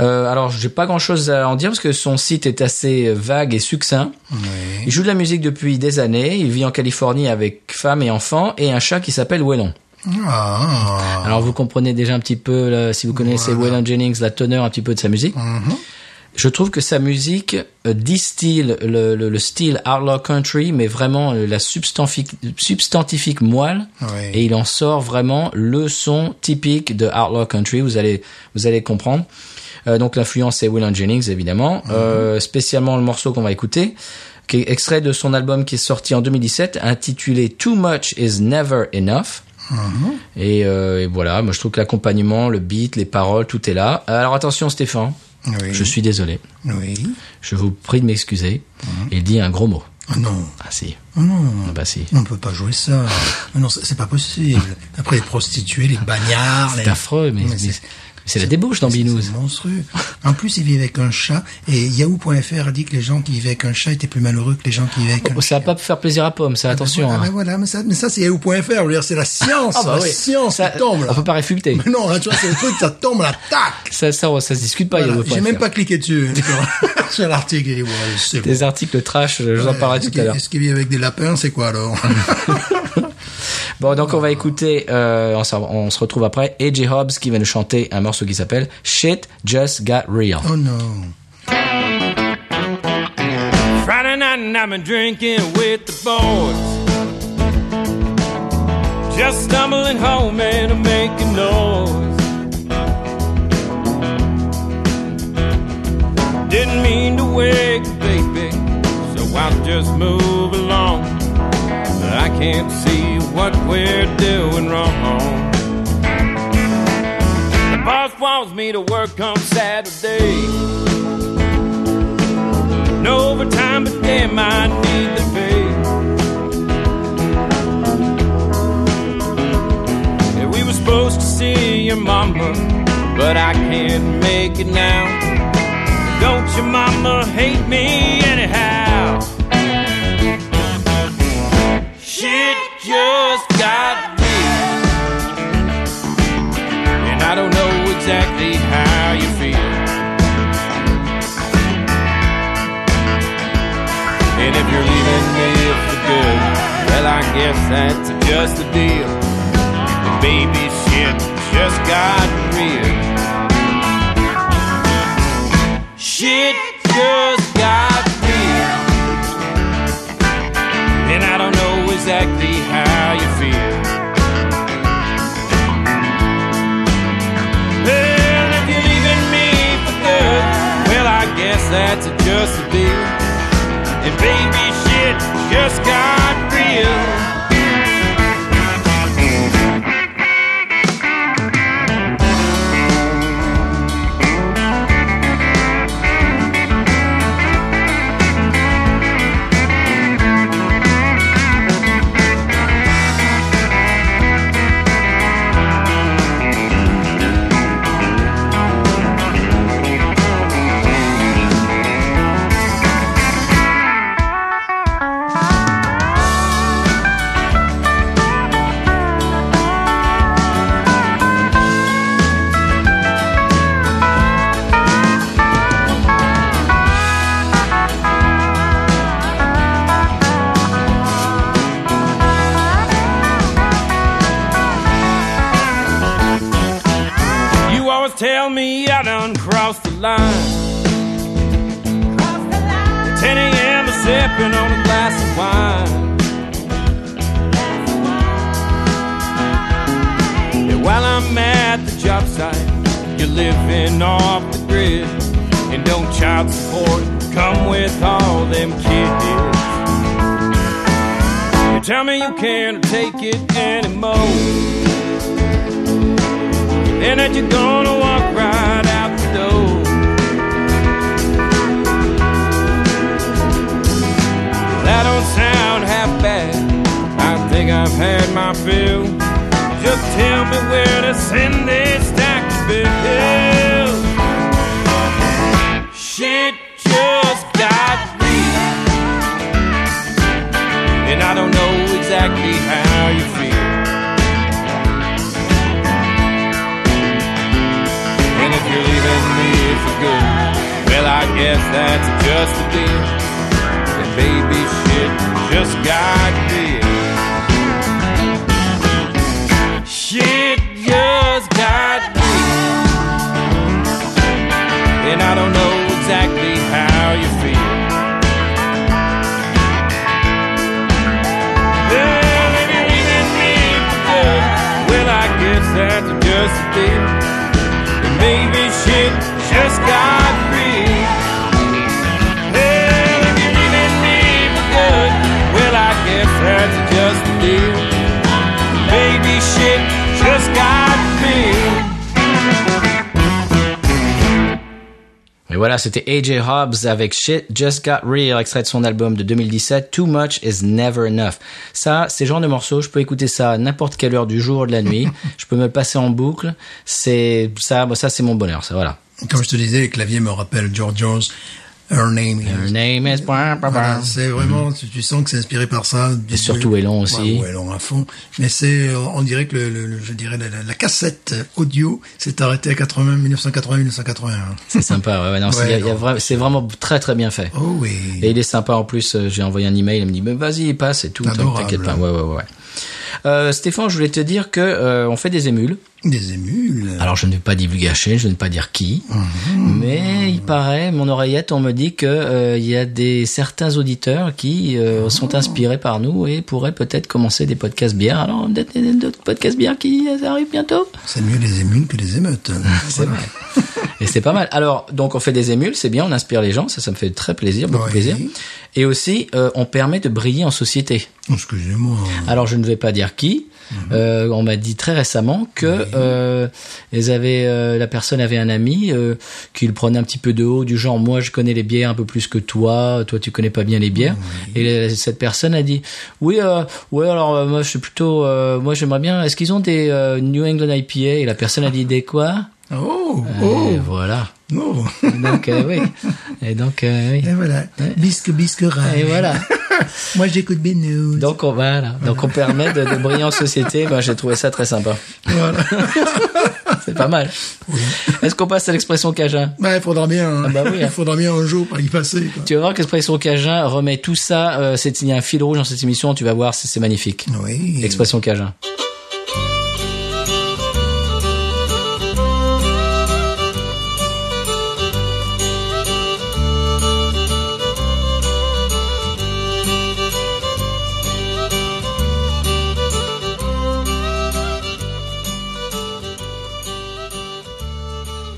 Speaker 1: Euh, alors, j'ai pas grand chose à en dire parce que son site est assez vague et succinct.
Speaker 2: Oui.
Speaker 1: Il joue de la musique depuis des années. Il vit en Californie avec femme et enfant et un chat qui s'appelle Wellon.
Speaker 2: Ah.
Speaker 1: Alors, vous comprenez déjà un petit peu, là, si vous connaissez
Speaker 2: Voilà.
Speaker 1: Waylon Jennings, la teneur un petit peu de sa musique.
Speaker 2: Mhm.
Speaker 1: Je trouve que sa musique euh, distille le, le- le style outlaw country, mais vraiment euh, la substantifique, substantifique moelle,
Speaker 2: Ouais.
Speaker 1: et il en sort vraiment le son typique de outlaw country. Vous allez, vous allez comprendre. Euh, donc l'influence c'est Will Jennings évidemment,
Speaker 2: Mhm.
Speaker 1: Euh, spécialement le morceau qu'on va écouter, qui est extrait de son album qui est sorti en 2017, intitulé Too Much Is Never Enough.
Speaker 2: Mhm.
Speaker 1: Et, euh, et voilà, moi je trouve que l'accompagnement, le beat, les paroles, tout est là. Euh, Alors attention Stéphane,
Speaker 2: Oui.
Speaker 1: je suis désolé.
Speaker 2: Oui.
Speaker 1: Je vous prie de m'excuser. Il dit un gros mot.
Speaker 2: Oh non.
Speaker 1: Ah si.
Speaker 2: Oh Mhm. non.
Speaker 1: Ah bah si.
Speaker 2: On ne peut pas jouer ça. Ah non, c'est c'est pas possible. Après, les prostituées, les bagnards.
Speaker 1: C'est
Speaker 2: les-
Speaker 1: affreux, mais,
Speaker 2: Mais
Speaker 1: mais
Speaker 2: c'est-
Speaker 1: c'est la débauche dans
Speaker 2: C'est-
Speaker 1: Binous.
Speaker 2: C'est monstrueux. En plus, il vivait avec un chat. Et Yahoo.fr dit que les gens qui vivaient avec un chat étaient plus malheureux que les gens qui vivaient avec un
Speaker 1: Oh, Ça
Speaker 2: chien.
Speaker 1: va pas faire plaisir à Pomme, ça, attention.
Speaker 2: Ah,
Speaker 1: hein.
Speaker 2: ben voilà, mais ça, mais ça c'est Yahoo.fr. Je veux dire, C'est la science.
Speaker 1: Ah bah
Speaker 2: la
Speaker 1: oui.
Speaker 2: science
Speaker 1: Ça, Ah, bah,
Speaker 2: qui tombe. Là.
Speaker 1: On peut pas réfuter.
Speaker 2: Mais non, là, tu vois, c'est le truc, ça tombe, la
Speaker 1: (laughs)
Speaker 2: tac.
Speaker 1: Ça, ça, ça se discute pas. Ah, il y a
Speaker 2: Voilà.
Speaker 1: pas
Speaker 2: J'ai
Speaker 1: à
Speaker 2: même
Speaker 1: faire.
Speaker 2: pas cliqué dessus. hein,
Speaker 1: (laughs)
Speaker 2: sur (laughs) l'article, il est bon, allez, c'est bon.
Speaker 1: Des articles trash, je vous en parlerai tout à l'heure.
Speaker 2: Est-ce qu'il vit avec des lapins, c'est quoi alors (laughs)
Speaker 1: Bon, donc on va écouter, euh, on, se- on se retrouve après, A.J. Hobbs qui va nous chanter un morceau qui s'appelle Shit Just Got Real.
Speaker 2: Oh non.
Speaker 4: Friday night and I've been drinking with the boys. Just stumbling home and I'm making noise. Didn't mean to wake, you, baby, so I'll just move along. I can't see what we're doing wrong. The boss wants me to work on Saturday. No overtime, but damn, I need the pay. Yeah, we were supposed to see your mama, but I can't make it now. Don't your mama hate me anyhow? Shit just got real, and I don't know exactly how you feel. And if you're leaving me for good, well, I guess that's just a deal. And baby, shit just got real. Shit just got real. And I don't know exactly how you feel. Well, if you're leaving me for good, well, I guess that's just a deal. And baby shit just got real. You always tell me I done crossed the line. At 10 a.m. I'm sipping on a glass of wine. Yeah, while I'm at the job site, you're living off the grid. And don't child support come with all them kids. You tell me you can't take it anymore. And that you're gonna walk right out the door. That don't sound half bad. I think I've had my fill. Just tell me where to send this tax bill. Shit just got real. And I don't know exactly how you feel. And if you're leaving me for good, well, I guess that's just a deal. And baby, shit just got real. Shit just got real. And I don't know exactly. was dear. And maybe shit just got real. Well, if you really need the good, well, I guess that's just a deal. Maybe shit just got real.
Speaker 1: Et voilà, c'était AJ Hobbs avec Shit Just Got Real, extrait de son album de 2017, Too Much Is Never Enough. Ça, c'est genre de morceau, je peux écouter ça à n'importe quelle heure du jour ou de la
Speaker 2: (laughs)
Speaker 1: nuit, je peux me le passer en boucle, c'est ça, bah, ça c'est mon bonheur, ça voilà.
Speaker 2: Comme je te disais, les claviers me rappellent George Jones. Her name is.
Speaker 1: Her name is...
Speaker 2: Voilà, c'est vraiment, tu, tu sens que c'est inspiré par ça.
Speaker 1: ah.
Speaker 2: Du-
Speaker 1: Mm-hmm. Et surtout Elon aussi.
Speaker 2: Ouais, ouais, Elon à fond. Mais c'est, euh, on dirait que le, le- le- je dirais la, la- la cassette audio s'est arrêtée à 80, 1980-1981.
Speaker 1: C'est sympa, ouais, ouais, non, c'est-
Speaker 2: Ouais,
Speaker 1: il y a- il y a
Speaker 2: non.
Speaker 1: vra- c'est vraiment très très bien fait.
Speaker 2: Oh oui.
Speaker 1: Et il est sympa en plus. euh, J'ai envoyé un email. Il me dit mais vas-y passe et tout.
Speaker 2: Adorable.
Speaker 1: T'inquiète pas. Ouais ouais ouais. ouais. Euh, Stéphane, je voulais te dire que euh, on fait des émules.
Speaker 2: Des émules.
Speaker 1: Alors je ne vais pas divulgacher, je ne vais pas dire qui,
Speaker 2: Mhm.
Speaker 1: mais il paraît, mon oreillette, on me dit que euh, il y a des certains auditeurs qui euh, sont
Speaker 2: Ah.
Speaker 1: inspirés par nous et pourraient peut-être commencer des podcasts bières. Alors peut-être il y a d'autres podcasts bières qui euh, arrivent bientôt.
Speaker 2: C'est mieux les émules que les
Speaker 1: (laughs)
Speaker 2: émeutes.
Speaker 1: C'est vrai. Et c'est pas mal. Alors, donc on fait des émules, c'est bien, on inspire les gens, ça, ça me fait très plaisir, beaucoup
Speaker 2: Oui.
Speaker 1: plaisir. Et aussi, euh, on permet de briller en société.
Speaker 2: Excusez-moi.
Speaker 1: Alors, je ne vais pas dire qui. Euh, on m'a dit très récemment que euh, ils avaient, euh, la personne avait un ami euh, qui le prenait un petit peu de haut, du genre moi je connais les bières un peu plus que toi, toi tu connais pas bien les bières. Et la- cette personne a dit oui, euh, ouais alors euh, moi je suis plutôt, euh, moi j'aimerais bien. Est-ce qu'ils ont des euh, New England IPA Et la personne a dit des quoi
Speaker 2: Oh,
Speaker 1: Et
Speaker 2: oh,
Speaker 1: voilà. (laughs)
Speaker 2: oh.
Speaker 1: Donc euh, oui. Et donc euh, oui.
Speaker 2: Et voilà. Bisque, bisque, rage.
Speaker 1: Et voilà.
Speaker 2: (laughs) Moi, j'écoute bien news.
Speaker 1: Donc on voilà. Donc on permet de, de briller en société. Ben, j'ai trouvé ça très sympa.
Speaker 2: Voilà.
Speaker 1: (laughs) C'est pas mal. Est-ce qu'on passe à l'expression Cajun
Speaker 2: Bah, il faudra bien, hein.
Speaker 1: Ah bah oui, hein.
Speaker 2: (laughs) il faudra bien un jour pour y passer, quoi.
Speaker 1: Tu vas voir que l'expression Cajun remet tout ça. euh, c'est il y a un fil rouge dans cette émission. Tu vas voir, c'est c'est magnifique.
Speaker 2: Ah Oui.
Speaker 1: Expression Cajun.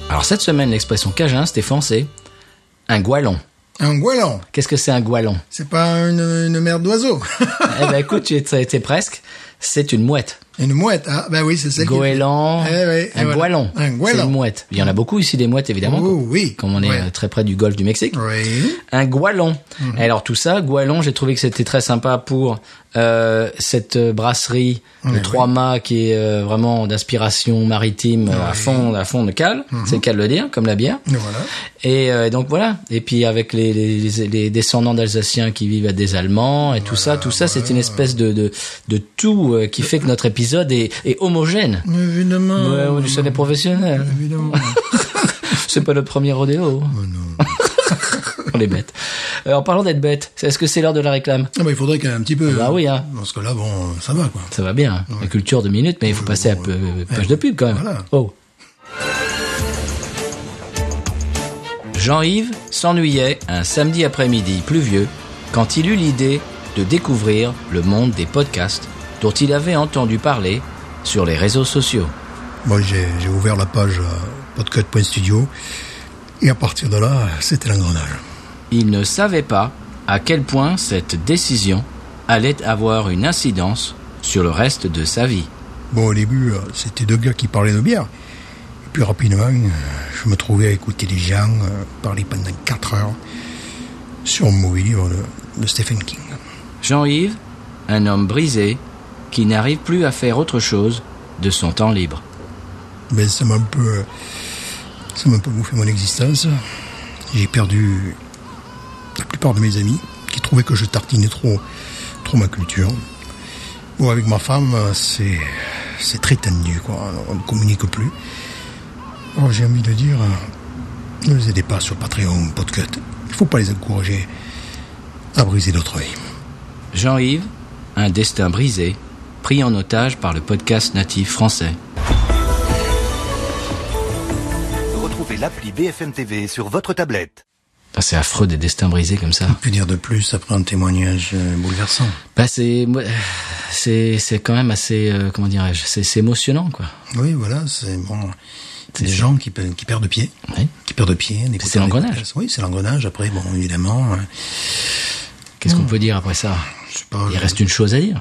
Speaker 1: Alors cette semaine, l'expression Cajun, Stéphane, c'est un gualon.
Speaker 2: Un goéland.
Speaker 1: Qu'est-ce que c'est un gualon
Speaker 2: C'est pas une, une merde d'oiseau. (laughs)
Speaker 1: Eh ben écoute, tu étais t'es presque. C'est une mouette.
Speaker 2: une mouette. Ah, bah oui, c'est celle qui-
Speaker 1: Goéland,
Speaker 2: Eh ouais,
Speaker 1: un
Speaker 2: et voilà.
Speaker 1: goéland,
Speaker 2: Un
Speaker 1: c'est une
Speaker 2: goéland.
Speaker 1: mouette. Il y en a beaucoup ici des mouettes évidemment,
Speaker 2: Oh,
Speaker 1: comme-
Speaker 2: oui.
Speaker 1: comme on est
Speaker 2: Ouais.
Speaker 1: euh, très près du golfe du Mexique.
Speaker 2: Oui.
Speaker 1: Un goéland.
Speaker 2: Mhm.
Speaker 1: Et Alors tout ça, goéland, j'ai trouvé que c'était très sympa pour euh, cette euh, brasserie le
Speaker 2: Ouais,
Speaker 1: Trois Mâts qui est euh, vraiment d'inspiration maritime euh, à fond, à fond de cale,
Speaker 2: Mhm.
Speaker 1: c'est le cas de le dire, comme la bière.
Speaker 2: Et Voilà.
Speaker 1: Et euh, donc voilà. Et puis avec les, les, les descendants d'Alsaciens qui vivent à des Allemands et tout ça, tout ça, c'est une espèce de, de, de tout euh, qui fait que notre épisode est, est homogène.
Speaker 2: Évidemment.
Speaker 1: Ouais, on est sur des
Speaker 2: (laughs)
Speaker 1: professionnels.
Speaker 2: Évidemment. Ah,
Speaker 1: C'est pas le premier rodéo. (laughs) on est bêtes. Euh, en parlant d'être bêtes, est-ce que c'est l'heure de la réclame
Speaker 2: Ah, bah, il faudrait quand même un petit peu.
Speaker 1: Bah oui, hein.
Speaker 2: Parce que là, bon, ça va, quoi.
Speaker 1: Ça va bien, hein. la culture de minutes, mais il faut passer à peu, euh, page de pub quand même.
Speaker 2: Voilà.
Speaker 1: Oh. Jean-Yves s'ennuyait un samedi après-midi pluvieux quand il eut l'idée de découvrir le monde des podcasts dont il avait entendu parler sur les réseaux sociaux.
Speaker 2: Moi, j'ai j'ai ouvert la page euh, podcut.studio. Et à partir de là, c'était l'engrenage.
Speaker 1: Il ne savait pas à quel point cette décision allait avoir une incidence sur le reste de sa vie.
Speaker 2: Bon, au début, euh, c'était deux gars qui parlaient de bière. Et puis rapidement, euh, je me trouvais à écouter des gens euh, parler pendant quatre heures sur un mauvais livre de, de Stephen King.
Speaker 1: Jean-Yves, un homme brisé qui n'arrive plus à faire autre chose de son temps libre.
Speaker 2: Mais ça m'a un peu, euh, ça m'a un peu bouffé mon existence. J'ai perdu la plupart de mes amis qui trouvaient que je tartinais trop, trop ma culture. Bon, avec ma femme, euh, c'est, c'est très tendu, quoi. On ne communique plus. Alors, j'ai envie de dire, euh, ne les aidez pas sur Patreon, Podcut. Il faut pas les encourager à briser d'autres vies.
Speaker 1: Jean-Yves, un destin brisé, pris en otage par le podcast natif français.
Speaker 5: Retrouvez l'appli BFM TV sur votre tablette.
Speaker 1: Enfin, Ah, c'est affreux des destins brisés comme (laughs) ça.
Speaker 2: Que dire de plus après un témoignage euh, bouleversant
Speaker 1: Bah, c'est, moi, c'est, c'est quand même assez, euh, comment dirais-je, c'est, c'est émotionnant, quoi.
Speaker 2: Oui, voilà, c'est bon. C'est
Speaker 1: C'est
Speaker 2: des
Speaker 1: ça.
Speaker 2: gens qui, pe- qui perdent pied.
Speaker 1: Oui.
Speaker 2: Qui perdent pied. en écoutant
Speaker 1: C'est l'engrenage.
Speaker 2: des podcasts. Oui, c'est l'engrenage. Après, bon, évidemment, euh,
Speaker 1: Qu'est-ce qu'on peut dire après ça
Speaker 2: je sais pas.
Speaker 1: Il reste une chose à dire.